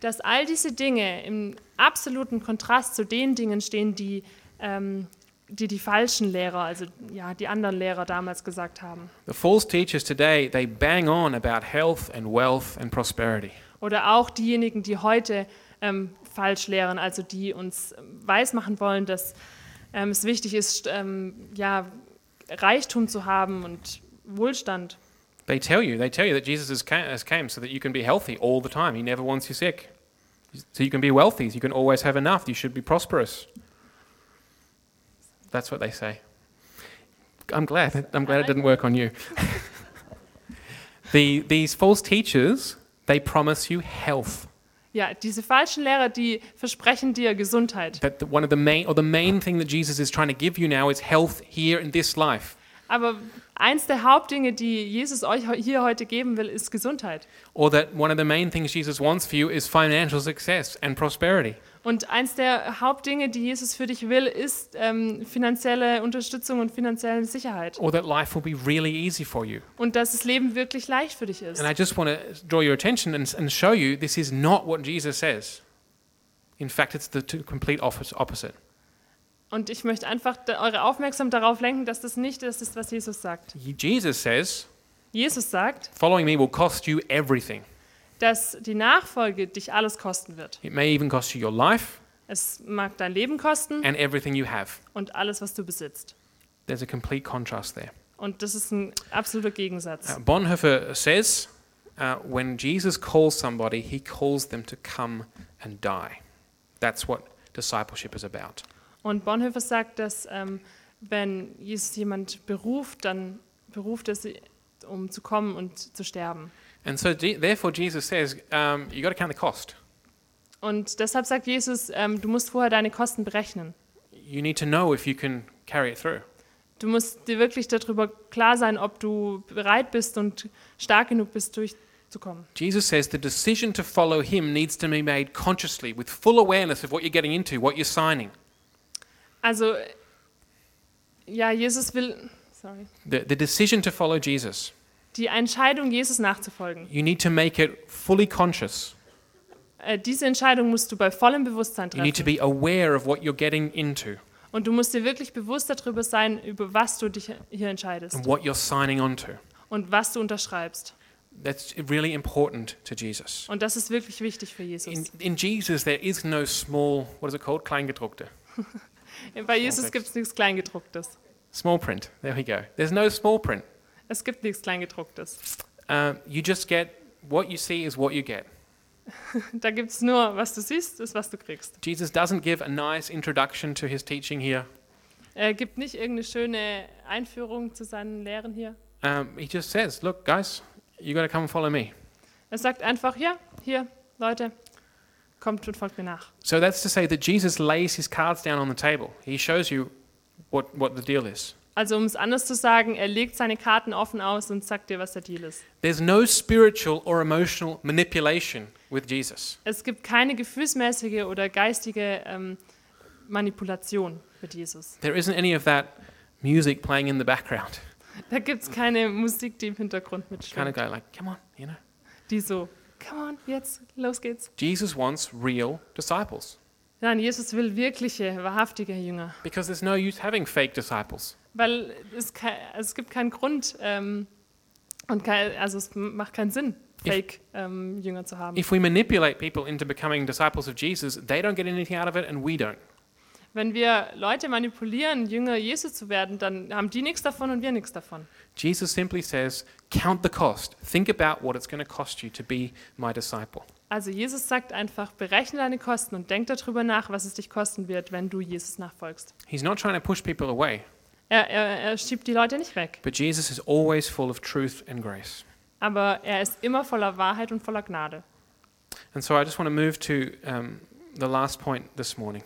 Speaker 2: dass all diese Dinge im absoluten Kontrast zu den Dingen stehen, die ähm, die, die falschen Lehrer, also ja, die anderen Lehrer damals gesagt haben.
Speaker 1: The false teachers today, they bang on about health and wealth and prosperity.
Speaker 2: Oder auch diejenigen, die heute ähm, falsch lehren, also die uns ähm, weismachen wollen, dass ähm, es wichtig ist, st- ähm, ja, Reichtum zu haben und Wohlstand.
Speaker 1: They tell you, they tell you that Jesus has came, has came so that you can be healthy all the time. He never wants you sick. So you can be wealthy, you can always have enough, you should be prosperous. That's what they say. I'm glad. I'm glad it didn't work on you. the, these false teachers, they promise you health.
Speaker 2: Ja, diese falschen Lehrer, die versprechen dir Gesundheit.
Speaker 1: That the, one of the main, or the main thing that Jesus is trying to give you now is health here in this life.
Speaker 2: Aber eins der Hauptdinge, die Jesus euch he- hier heute geben will, ist Gesundheit.
Speaker 1: Or that one of the main things Jesus wants for you is financial success and prosperity.
Speaker 2: Und eins der Hauptdinge, die Jesus für dich will, ist ähm, finanzielle Unterstützung und finanzielle Sicherheit.
Speaker 1: or that life will be really easy for you.
Speaker 2: Und dass das Leben wirklich leicht für dich ist.
Speaker 1: And I just want to draw your attention and, and show you this is not what Jesus says. In fact, it's the two complete oppos- opposite.
Speaker 2: Und ich möchte einfach da- eure Aufmerksamkeit darauf lenken, dass das nicht das ist, was Jesus sagt.
Speaker 1: He- Jesus says,
Speaker 2: Jesus sagt,
Speaker 1: following me will cost you everything.
Speaker 2: dass die Nachfolge dich alles kosten wird.
Speaker 1: It may even cost you your life
Speaker 2: Es mag dein Leben kosten
Speaker 1: and everything you have.
Speaker 2: und alles, was du besitzt.
Speaker 1: There's a complete contrast there.
Speaker 2: Und das ist ein absoluter
Speaker 1: Uh,
Speaker 2: Gegensatz.
Speaker 1: Bonhoeffer says, uh, when Jesus calls somebody, he calls them to come and die. That's what discipleship is about.
Speaker 2: Und Bonhoeffer sagt, dass ähm, wenn Jesus jemand beruft, dann beruft er sie, um zu kommen und zu sterben.
Speaker 1: And so, Je- therefore, Jesus says, um, you got to count the cost.
Speaker 2: Und deshalb sagt Jesus, ähm, du musst vorher deine Kosten berechnen.
Speaker 1: You need to know if you can carry it through.
Speaker 2: Du musst dir wirklich darüber klar sein, ob du bereit bist und stark genug bist, durchzukommen.
Speaker 1: Jesus says the decision to follow him needs to be made consciously with full awareness of what you're getting into, what you're signing.
Speaker 2: Also, ja, Jesus will, sorry,
Speaker 1: The, the decision to follow Jesus,
Speaker 2: die Entscheidung, Jesus nachzufolgen.
Speaker 1: you need to make it fully conscious.
Speaker 2: Äh, diese Entscheidung musst du bei vollem Bewusstsein
Speaker 1: You need to
Speaker 2: treffen.
Speaker 1: be aware of what you're getting into
Speaker 2: Und du musst dir wirklich bewusst darüber sein, über was du dich hier entscheidest
Speaker 1: and what you're signing onto.
Speaker 2: und was du unterschreibst.
Speaker 1: That's really important to Jesus.
Speaker 2: Und das ist wirklich wichtig für
Speaker 1: In,
Speaker 2: Jesus.
Speaker 1: in Jesus, there is no small, what is it called? Kleingedruckte.
Speaker 2: Bei Jesus
Speaker 1: Kontext.
Speaker 2: gibt es nichts Kleingedrucktes.
Speaker 1: Small print. There we go. There's no small print.
Speaker 2: Es gibt nichts Kleingedrucktes.
Speaker 1: Uh, you just get what you see is what you get.
Speaker 2: Da gibt es nur, was du siehst, ist, was du kriegst.
Speaker 1: Jesus doesn't give a nice introduction to his teaching here.
Speaker 2: Er gibt nicht irgendeine schöne Einführung zu seinen Lehren hier.
Speaker 1: Um, he just says, "Look, guys, you got to come and follow me."
Speaker 2: Er sagt einfach, ja, hier, Leute, kommt und folgt mir nach.
Speaker 1: So that's to say that Jesus lays his cards down on the table. He shows you what what the deal is.
Speaker 2: Also um es anders zu sagen, er legt seine Karten offen aus und sagt dir, was der Deal ist.
Speaker 1: There's no spiritual or emotional manipulation with Jesus.
Speaker 2: Es gibt keine gefühlsmäßige oder geistige ähm, Manipulation mit Jesus.
Speaker 1: There isn't any of that music playing in the background.
Speaker 2: Da gibt es keine Musik, die im Hintergrund
Speaker 1: Kind of
Speaker 2: mitschwingt,
Speaker 1: go like, "Come on, you know."
Speaker 2: die so, come on, jetzt, los geht's.
Speaker 1: Jesus wants real disciples
Speaker 2: Nein, Jesus will wirkliche, wahrhaftige Jünger,
Speaker 1: because there's no use having fake disciples.
Speaker 2: weil es, kei- es gibt keinen Grund ähm, und kei- also es m- macht keinen Sinn,
Speaker 1: Ich-
Speaker 2: Fake-Jünger zu haben.
Speaker 1: If we manipulate people into becoming disciples of Jesus, they don't get anything out of it and we don't.
Speaker 2: Wenn wir Leute manipulieren, Jünger Jesu zu werden, dann haben die nichts davon und wir nichts davon.
Speaker 1: Jesus simply says, Count the cost. Think about what it's going to cost you to be my disciple.
Speaker 2: Also Jesus sagt einfach, berechne deine Kosten und denk darüber nach, was es dich kosten wird, wenn du Jesus nachfolgst.
Speaker 1: He's not trying to push people away,
Speaker 2: Er, er, er schiebt die Leute nicht weg,
Speaker 1: but Jesus is always full of truth and grace.
Speaker 2: aber er ist immer voller Wahrheit und voller Gnade.
Speaker 1: And so I just want to move to um, the last point this morning.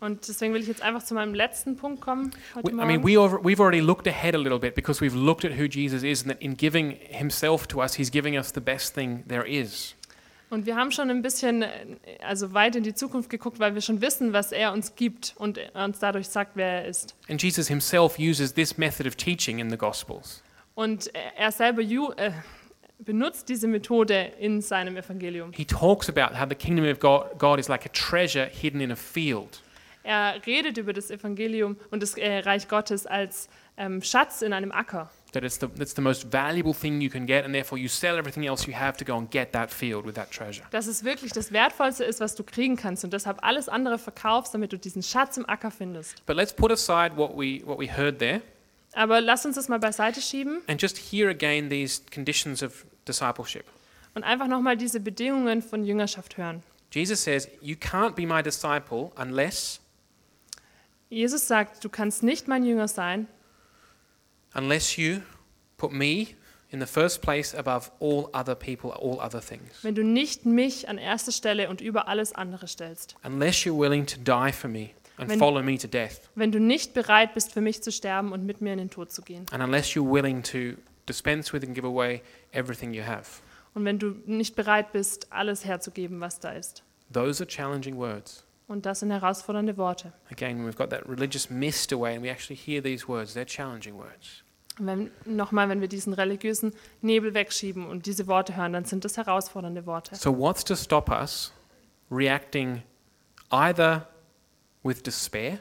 Speaker 2: Und deswegen will ich jetzt einfach zu meinem letzten Punkt kommen heute
Speaker 1: We, I
Speaker 2: Morgen.
Speaker 1: mean, we over, we've already looked ahead a little bit because we've looked at who Jesus is and that in giving himself to us, he's giving us the best thing there is.
Speaker 2: und wir haben schon ein bisschen, äh, also weit in die Zukunft geguckt, weil wir schon wissen, was er uns gibt und er uns dadurch sagt, wer er ist.
Speaker 1: And Jesus himself uses this method of teaching in the Gospels.
Speaker 2: Und er er selber ju, äh, benutzt diese Methode in seinem Evangelium.
Speaker 1: He talks about how the kingdom of God, God is like a treasure hidden in a field.
Speaker 2: Er redet über das Evangelium und das äh, Reich Gottes als ähm, Schatz in einem Acker.
Speaker 1: that it's the, it's the most valuable thing you can get, and therefore you sell everything else you have to go and get that field with that treasure.
Speaker 2: Dass es wirklich das Wertvollste ist, was du kriegen kannst und deshalb alles andere verkaufst, damit du diesen Schatz im Acker findest.
Speaker 1: But let's put aside what we, what we heard there
Speaker 2: Aber lass uns das mal beiseite schieben
Speaker 1: and just hear again these conditions of discipleship.
Speaker 2: und einfach nochmal diese Bedingungen von Jüngerschaft hören.
Speaker 1: Jesus says, You can't be my disciple unless,
Speaker 2: Jesus sagt, du kannst nicht mein Jünger sein,
Speaker 1: unless you put me in the first place above all other people, all other things.
Speaker 2: wenn du nicht mich an erste Stelle und über alles andere stellst.
Speaker 1: Unless you're willing to die for me and
Speaker 2: Wenn-
Speaker 1: follow me to death.
Speaker 2: Wenn du nicht bereit bist, für mich zu sterben und mit mir in den Tod zu gehen.
Speaker 1: And unless you're willing to dispense with and give away everything you have.
Speaker 2: Und wenn du nicht bereit bist, alles herzugeben, was da ist.
Speaker 1: Those are challenging words.
Speaker 2: Und das sind herausfordernde Worte.
Speaker 1: Again, we've got that religious mist away, and we actually hear these words. They're challenging words.
Speaker 2: Und Wenn, nochmal, wenn wir diesen religiösen Nebel wegschieben und diese Worte hören, dann sind das herausfordernde Worte.
Speaker 1: So, what's to stop us reacting either with despair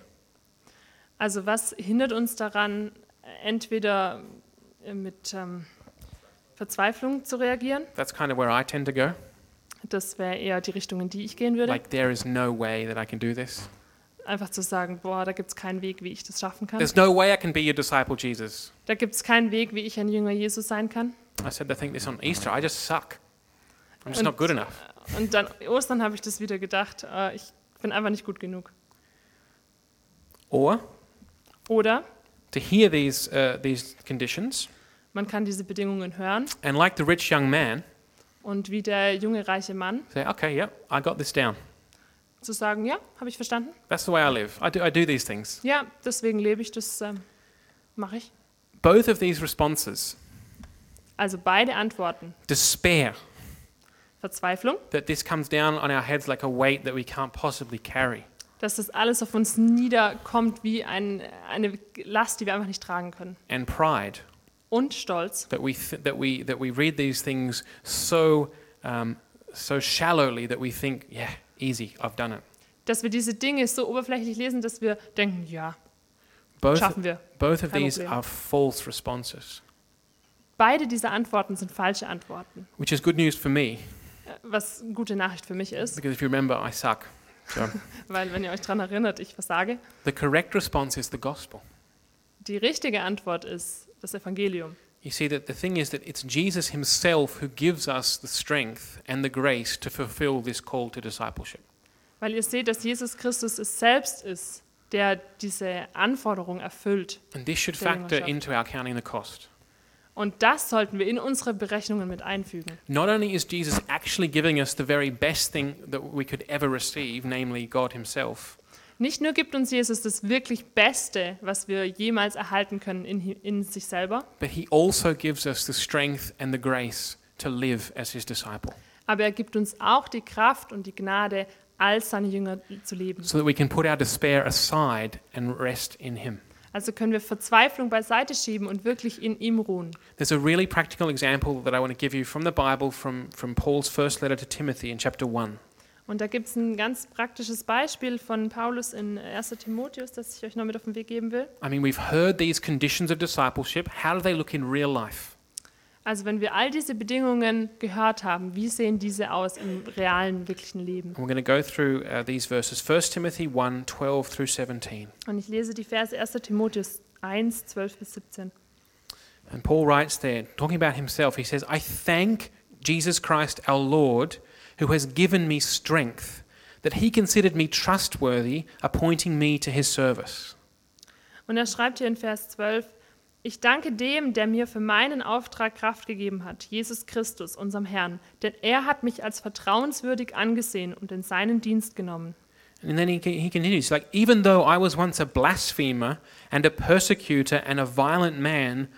Speaker 2: Also was hindert uns daran, entweder äh, mit ähm, Verzweiflung zu reagieren,
Speaker 1: That's kind of where I tend to go.
Speaker 2: das wäre eher die Richtung, in die ich gehen würde,
Speaker 1: Like, there is no way that I can do this.
Speaker 2: einfach zu sagen, boah, da gibt es keinen Weg, wie ich das schaffen kann,
Speaker 1: There's no way I can be your disciple, Jesus.
Speaker 2: da gibt es keinen Weg, wie ich ein Jünger Jesus sein kann.
Speaker 1: I said the thing this on Easter. I just suck. I'm just
Speaker 2: Und-
Speaker 1: not good enough.
Speaker 2: Und dann Ostern habe ich das wieder gedacht, äh, ich bin einfach nicht gut genug.
Speaker 1: Or
Speaker 2: Oder
Speaker 1: to hear these uh, these conditions,
Speaker 2: man kann diese Bedingungen hören
Speaker 1: and like the rich young man,
Speaker 2: und wie der junge reiche Mann
Speaker 1: say, okay, yep, I got this down.
Speaker 2: zu sagen, ja, habe ich verstanden,
Speaker 1: That's the way I live. I do I do these things.
Speaker 2: ja, deswegen lebe ich, das ähm, mache ich.
Speaker 1: Both of these responses,
Speaker 2: Also beide Antworten,
Speaker 1: despair
Speaker 2: Verzweiflung
Speaker 1: that this comes down on our heads like a weight that we can't possibly carry,
Speaker 2: dass das alles auf uns niederkommt wie ein, eine Last, die wir einfach nicht tragen können.
Speaker 1: and pride
Speaker 2: Und Stolz,
Speaker 1: that we th- that we that we read these things so um, so shallowly that we think, yeah, easy, I've done it.
Speaker 2: dass wir diese Dinge so oberflächlich lesen, dass wir denken, ja,
Speaker 1: Both
Speaker 2: schaffen wir.
Speaker 1: both of
Speaker 2: Kein
Speaker 1: these
Speaker 2: Problem.
Speaker 1: are false responses,
Speaker 2: Beide diese Antworten sind falsche Antworten,
Speaker 1: which is good news for me
Speaker 2: Äh, was eine gute Nachricht für mich ist,
Speaker 1: because if you remember, I suck. So
Speaker 2: weil wenn ihr euch daran erinnert, ich versage.
Speaker 1: the correct response is the gospel.
Speaker 2: Die richtige Antwort ist das Evangelium.
Speaker 1: You see that the thing is that it's Jesus himself who gives us the strength and the grace to fulfill this call to discipleship.
Speaker 2: Weil ihr seht, dass Jesus Christus es selbst ist, der diese Anforderung erfüllt.
Speaker 1: And this should
Speaker 2: Very
Speaker 1: factor
Speaker 2: much.
Speaker 1: into our counting the cost.
Speaker 2: Und das sollten wir in unsere Berechnungen mit einfügen.
Speaker 1: Not only is Jesus actually giving us the very best thing that we could ever receive, namely God himself,
Speaker 2: Nicht nur gibt uns Jesus das wirklich Beste, was wir jemals erhalten können in, in sich selber,
Speaker 1: but he also gives us the strength and the grace to live as his disciple
Speaker 2: aber er gibt uns auch die Kraft und die Gnade, als seine Jünger zu leben.
Speaker 1: so that we can put our despair aside and rest in him.
Speaker 2: Also können wir Verzweiflung beiseite schieben und wirklich in ihm ruhen.
Speaker 1: There's a really practical example that I want to give you from the Bible from, from Paul's first letter to Timothy in chapter 1.
Speaker 2: Und da gibt es ein ganz praktisches Beispiel von Paulus in 1. Timotheus, das ich euch noch mit auf den Weg geben will.
Speaker 1: I mean, we've heard these conditions of discipleship. How do they look in real life?
Speaker 2: Also wenn wir all diese Bedingungen gehört haben, wie sehen diese aus im realen, wirklichen Leben?
Speaker 1: And we're going to go through uh, these verses 1 Timothy 1 12 through 17.
Speaker 2: Und ich lese die Verse 1. Timotheus 1, 12 bis 17.
Speaker 1: And Paul writes there, talking about himself, he says, I thank Jesus Christ our Lord, who has given me strength, that he considered me trustworthy, appointing me to his service.
Speaker 2: Und er schreibt hier in Vers 12, ich danke dem, der mir für meinen Auftrag Kraft gegeben hat, Jesus Christus, unserem Herrn, denn er hat mich als vertrauenswürdig angesehen und in seinen Dienst genommen.
Speaker 1: And then he, he continues, like, even though I was once a blasphemer and a persecutor and a violent man,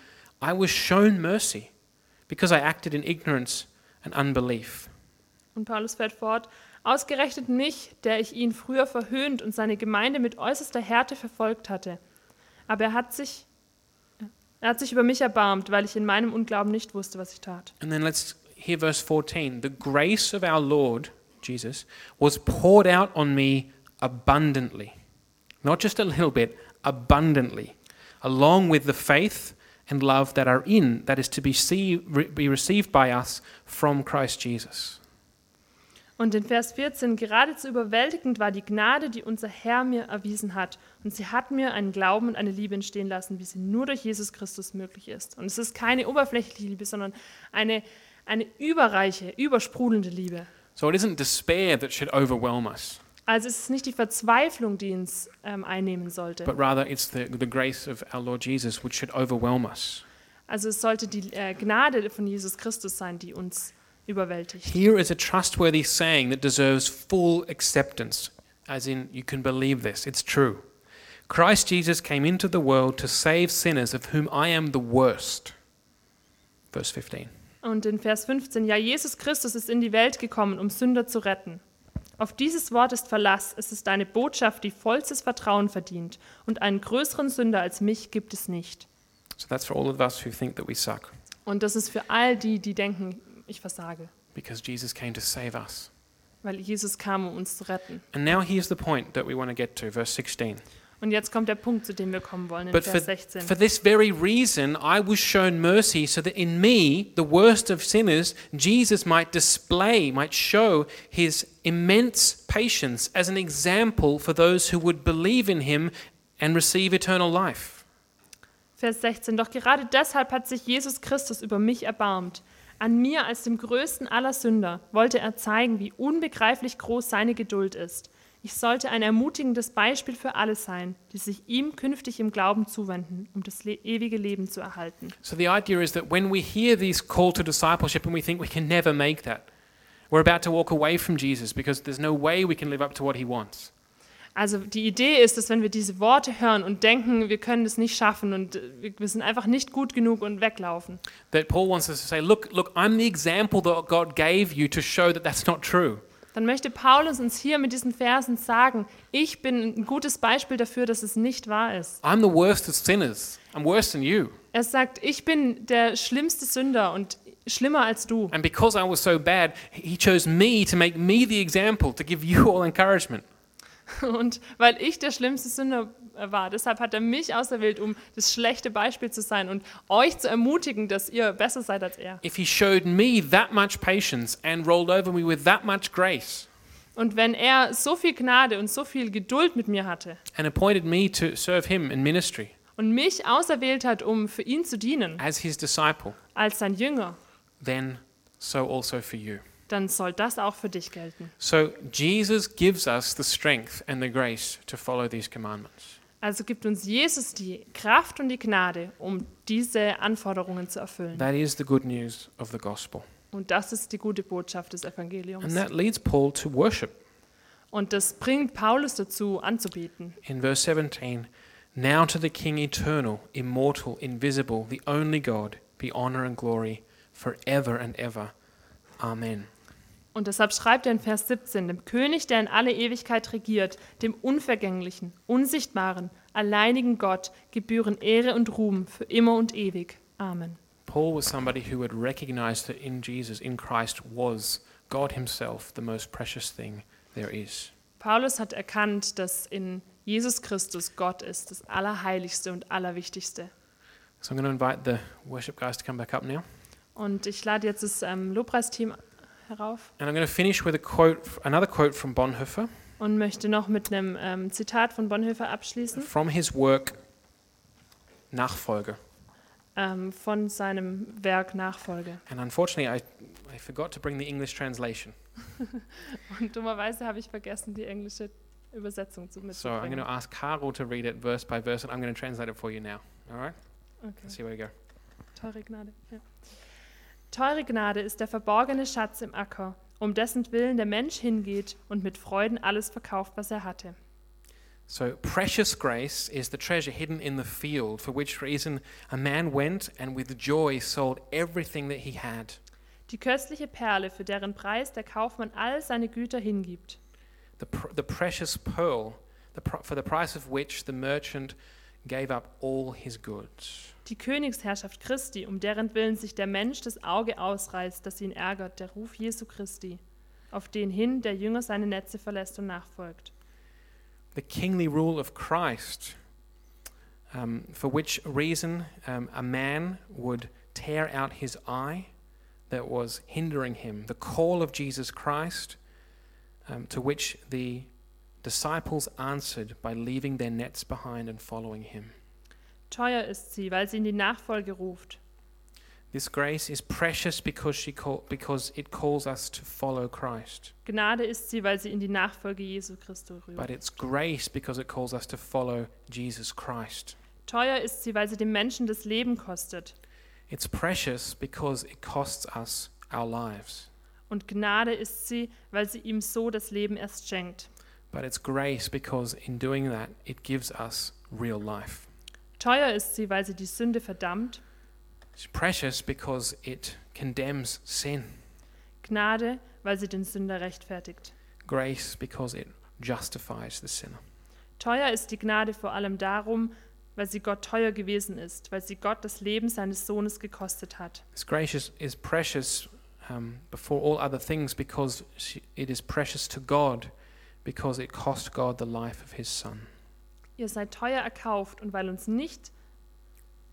Speaker 1: I was shown mercy because I acted in ignorance and unbelief.
Speaker 2: Und Paulus fährt fort, ausgerechnet mich, der ich ihn früher verhöhnt und seine Gemeinde mit äußerster Härte verfolgt hatte. Aber er hat sich, er hat sich über mich erbarmt, weil ich in meinem Unglauben nicht wusste, was ich tat.
Speaker 1: And then let's hear verse 14. The grace of our Lord, Jesus, was poured out on me abundantly. Not just a little bit, abundantly, along with the faith and love that are in, that is to be, see, re, be received by us from Christ Jesus.
Speaker 2: Und in Vers 14, geradezu überwältigend war die Gnade, die unser Herr mir erwiesen hat. Und sie hat mir einen Glauben und eine Liebe entstehen lassen, wie sie nur durch Jesus Christus möglich ist. Und es ist keine oberflächliche Liebe, sondern eine, eine überreiche, übersprudelnde Liebe.
Speaker 1: So it isn't despair that should overwhelm us,
Speaker 2: Also es ist nicht die Verzweiflung, die uns ähm, einnehmen sollte.
Speaker 1: but rather it's the, the grace of our Lord Jesus which should overwhelm us.
Speaker 2: Also es sollte die äh, Gnade von Jesus Christus sein, die uns überwältigt.
Speaker 1: Here is a trustworthy saying that deserves full acceptance, as in, you can believe this, it's true. Christ Jesus came into the world to save sinners, of whom I am the worst. Verse 15.
Speaker 2: Und in Vers 15, ja, Jesus Christus ist in die Welt gekommen, um Sünder zu retten. Auf dieses Wort ist Verlass, es ist eine Botschaft, die vollstes Vertrauen verdient. Und einen größeren Sünder als mich gibt es nicht.
Speaker 1: So that's for all of us who think that we suck,
Speaker 2: Und das ist für all die, die denken, ich versage,
Speaker 1: because Jesus came to save us.
Speaker 2: weil Jesus kam, um uns zu retten.
Speaker 1: And now here's the point that we want to get to, verse 16.
Speaker 2: Und jetzt kommt der Punkt, zu dem wir kommen wollen in
Speaker 1: But for,
Speaker 2: Vers 16.
Speaker 1: for this very reason, I was shown mercy so that in me, the worst of sinners, Jesus might display, might show his immense patience as an example for those who would believe in him and receive eternal life.
Speaker 2: Vers 16. Doch gerade deshalb hat sich Jesus Christus über mich erbarmt. An mir als dem größten aller Sünder wollte er zeigen, wie unbegreiflich groß seine Geduld ist. Ich sollte ein ermutigendes Beispiel für alle sein, die sich ihm künftig im Glauben zuwenden, um das le ewige Leben zu erhalten.
Speaker 1: So the idea is that when we hear these call to discipleship and we think we can never make that, we're about to walk away from Jesus because there's no way we can live up to what he wants.
Speaker 2: Also die Idee ist, dass wenn wir diese Worte hören und denken, wir können es nicht schaffen und äh, wir wir sind einfach nicht gut genug und weglaufen,
Speaker 1: That Paul wants us to say, look, look, I'm the example that God gave you to show that that's not true.
Speaker 2: dann möchte Paulus uns hier mit diesen Versen sagen, ich bin ein gutes Beispiel dafür, dass es nicht wahr ist.
Speaker 1: I'm the worst of sinners. I'm worse than you.
Speaker 2: Er sagt, ich bin der schlimmste Sünder und schlimmer als du.
Speaker 1: And because I was so bad, he chose me to make me the example, to give you all encouragement.
Speaker 2: Und weil ich der schlimmste Sünder war, deshalb hat er mich auserwählt, um das schlechte Beispiel zu sein und euch zu ermutigen, dass ihr besser seid als er.
Speaker 1: If he showed me that much patience and rolled over me with that much grace
Speaker 2: Und wenn er so viel Gnade und so viel Geduld mit mir hatte
Speaker 1: and appointed me to serve him in ministry
Speaker 2: und mich auserwählt hat, um für ihn zu dienen,
Speaker 1: as his disciple,
Speaker 2: als sein Jünger,
Speaker 1: then so also for you.
Speaker 2: dann soll das auch für dich gelten.
Speaker 1: So Jesus gives us the strength and the grace to follow these commandments.
Speaker 2: Also gibt uns Jesus die Kraft und die Gnade, um diese Anforderungen zu erfüllen.
Speaker 1: That is the good news of the gospel.
Speaker 2: Und das ist die gute Botschaft des Evangeliums.
Speaker 1: And that leads Paul to worship.
Speaker 2: Und das bringt Paulus dazu, anzubeten.
Speaker 1: in verse 17 now to the king eternal immortal invisible the only god be honor and glory forever and ever amen
Speaker 2: Und deshalb schreibt er in Vers 17, dem König, der in alle Ewigkeit regiert, dem unvergänglichen, unsichtbaren, alleinigen Gott gebühren Ehre und Ruhm für immer und ewig. Amen.
Speaker 1: paul was somebody who had recognized that in jesus in christ was god himself the most precious thing there is
Speaker 2: Paulus hat erkannt, dass in Jesus Christus Gott ist, das Allerheiligste und Allerwichtigste.
Speaker 1: so i'm going to invite the worship guys to come back up now
Speaker 2: Und ich lade jetzt das ähm, Lobpreisteam herauf
Speaker 1: and i'm going to finish with a quote another quote from bonhoeffer
Speaker 2: und möchte noch mit einem ähm, Zitat von Bonhoeffer abschließen,
Speaker 1: from his work nachfolger
Speaker 2: ähm, von seinem Werk Nachfolge.
Speaker 1: and unfortunately i, I forgot to bring the english translation
Speaker 2: Und dummerweise habe ich vergessen, die englische Übersetzung zu
Speaker 1: So genau. I'm going
Speaker 2: mitzubringen.
Speaker 1: to ask Carl to read it verse by verse, and I'm going to translate it for you now. All right? Let's see where we go.
Speaker 2: Teure Gnade. Ja. Teure Gnade ist der verborgene Schatz im Acker, um dessen Willen der Mensch hingeht und mit Freuden alles verkauft, was er hatte.
Speaker 1: So, precious grace is the treasure hidden in the field, for which reason a man went and with joy sold everything that he had.
Speaker 2: Die köstliche Perle, für deren Preis der Kaufmann all seine Güter hingibt.
Speaker 1: The, pr- the precious pearl, the pr- for the price of which the merchant gave up all his goods.
Speaker 2: Die Königsherrschaft Christi, um deren Willen sich der Mensch das Auge ausreißt, das ihn ärgert, der Ruf Jesu Christi, auf den hin der Jünger seine Netze verlässt und nachfolgt.
Speaker 1: The kingly rule of Christ, um, for which reason um, a man would tear out his eye that was hindering him, the call of Jesus Christ, um, to which the disciples answered by leaving their nets behind and following him.
Speaker 2: Teuer ist sie, weil sie in die Nachfolge ruft.
Speaker 1: This grace is precious because, she call, because it calls us to follow Christ,
Speaker 2: Gnade ist sie, weil sie in die Nachfolge Jesu Christi rührt.
Speaker 1: but it's grace because it calls us to follow Jesus Christ.
Speaker 2: Teuer ist sie, weil sie dem Menschen das Leben kostet.
Speaker 1: It's precious because it costs us our lives,
Speaker 2: Und Gnade ist sie, weil sie ihm so das Leben erst schenkt.
Speaker 1: but it's grace because in doing that, it gives us real life.
Speaker 2: Teuer ist sie, weil sie die Sünde verdammt.
Speaker 1: It's precious because it condemns sin.
Speaker 2: Gnade, weil sie den Sünder rechtfertigt.
Speaker 1: grace because it justifies the sinner.
Speaker 2: Teuer ist die Gnade vor allem darum, weil sie Gott teuer gewesen ist, weil sie Gott das Leben seines Sohnes gekostet hat.
Speaker 1: This grace is, is precious um, before all other things because she, it is precious to God because it cost God the life of his son.
Speaker 2: Ihr seid teuer erkauft und weil uns nicht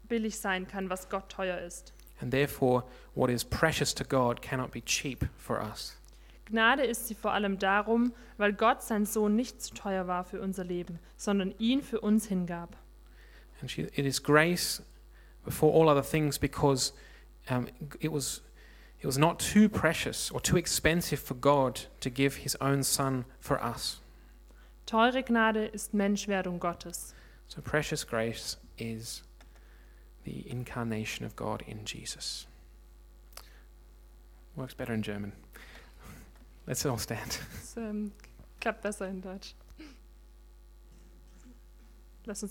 Speaker 2: billig sein kann, was Gott teuer ist.
Speaker 1: And therefore, what is precious to God cannot be cheap for us.
Speaker 2: Gnade ist sie vor allem darum, weil Gott sein Sohn nicht zu teuer war für unser Leben, sondern ihn für uns hingab.
Speaker 1: And she, it is grace before all other things because um, it, was, it was not too precious or too expensive for God to give his own son for us.
Speaker 2: Teure Gnade ist Menschwerdung Gottes.
Speaker 1: So precious grace is the incarnation of God in Jesus. Works better in German. Let's all stand.
Speaker 2: Das ähm, klappt besser in Deutsch. Lass uns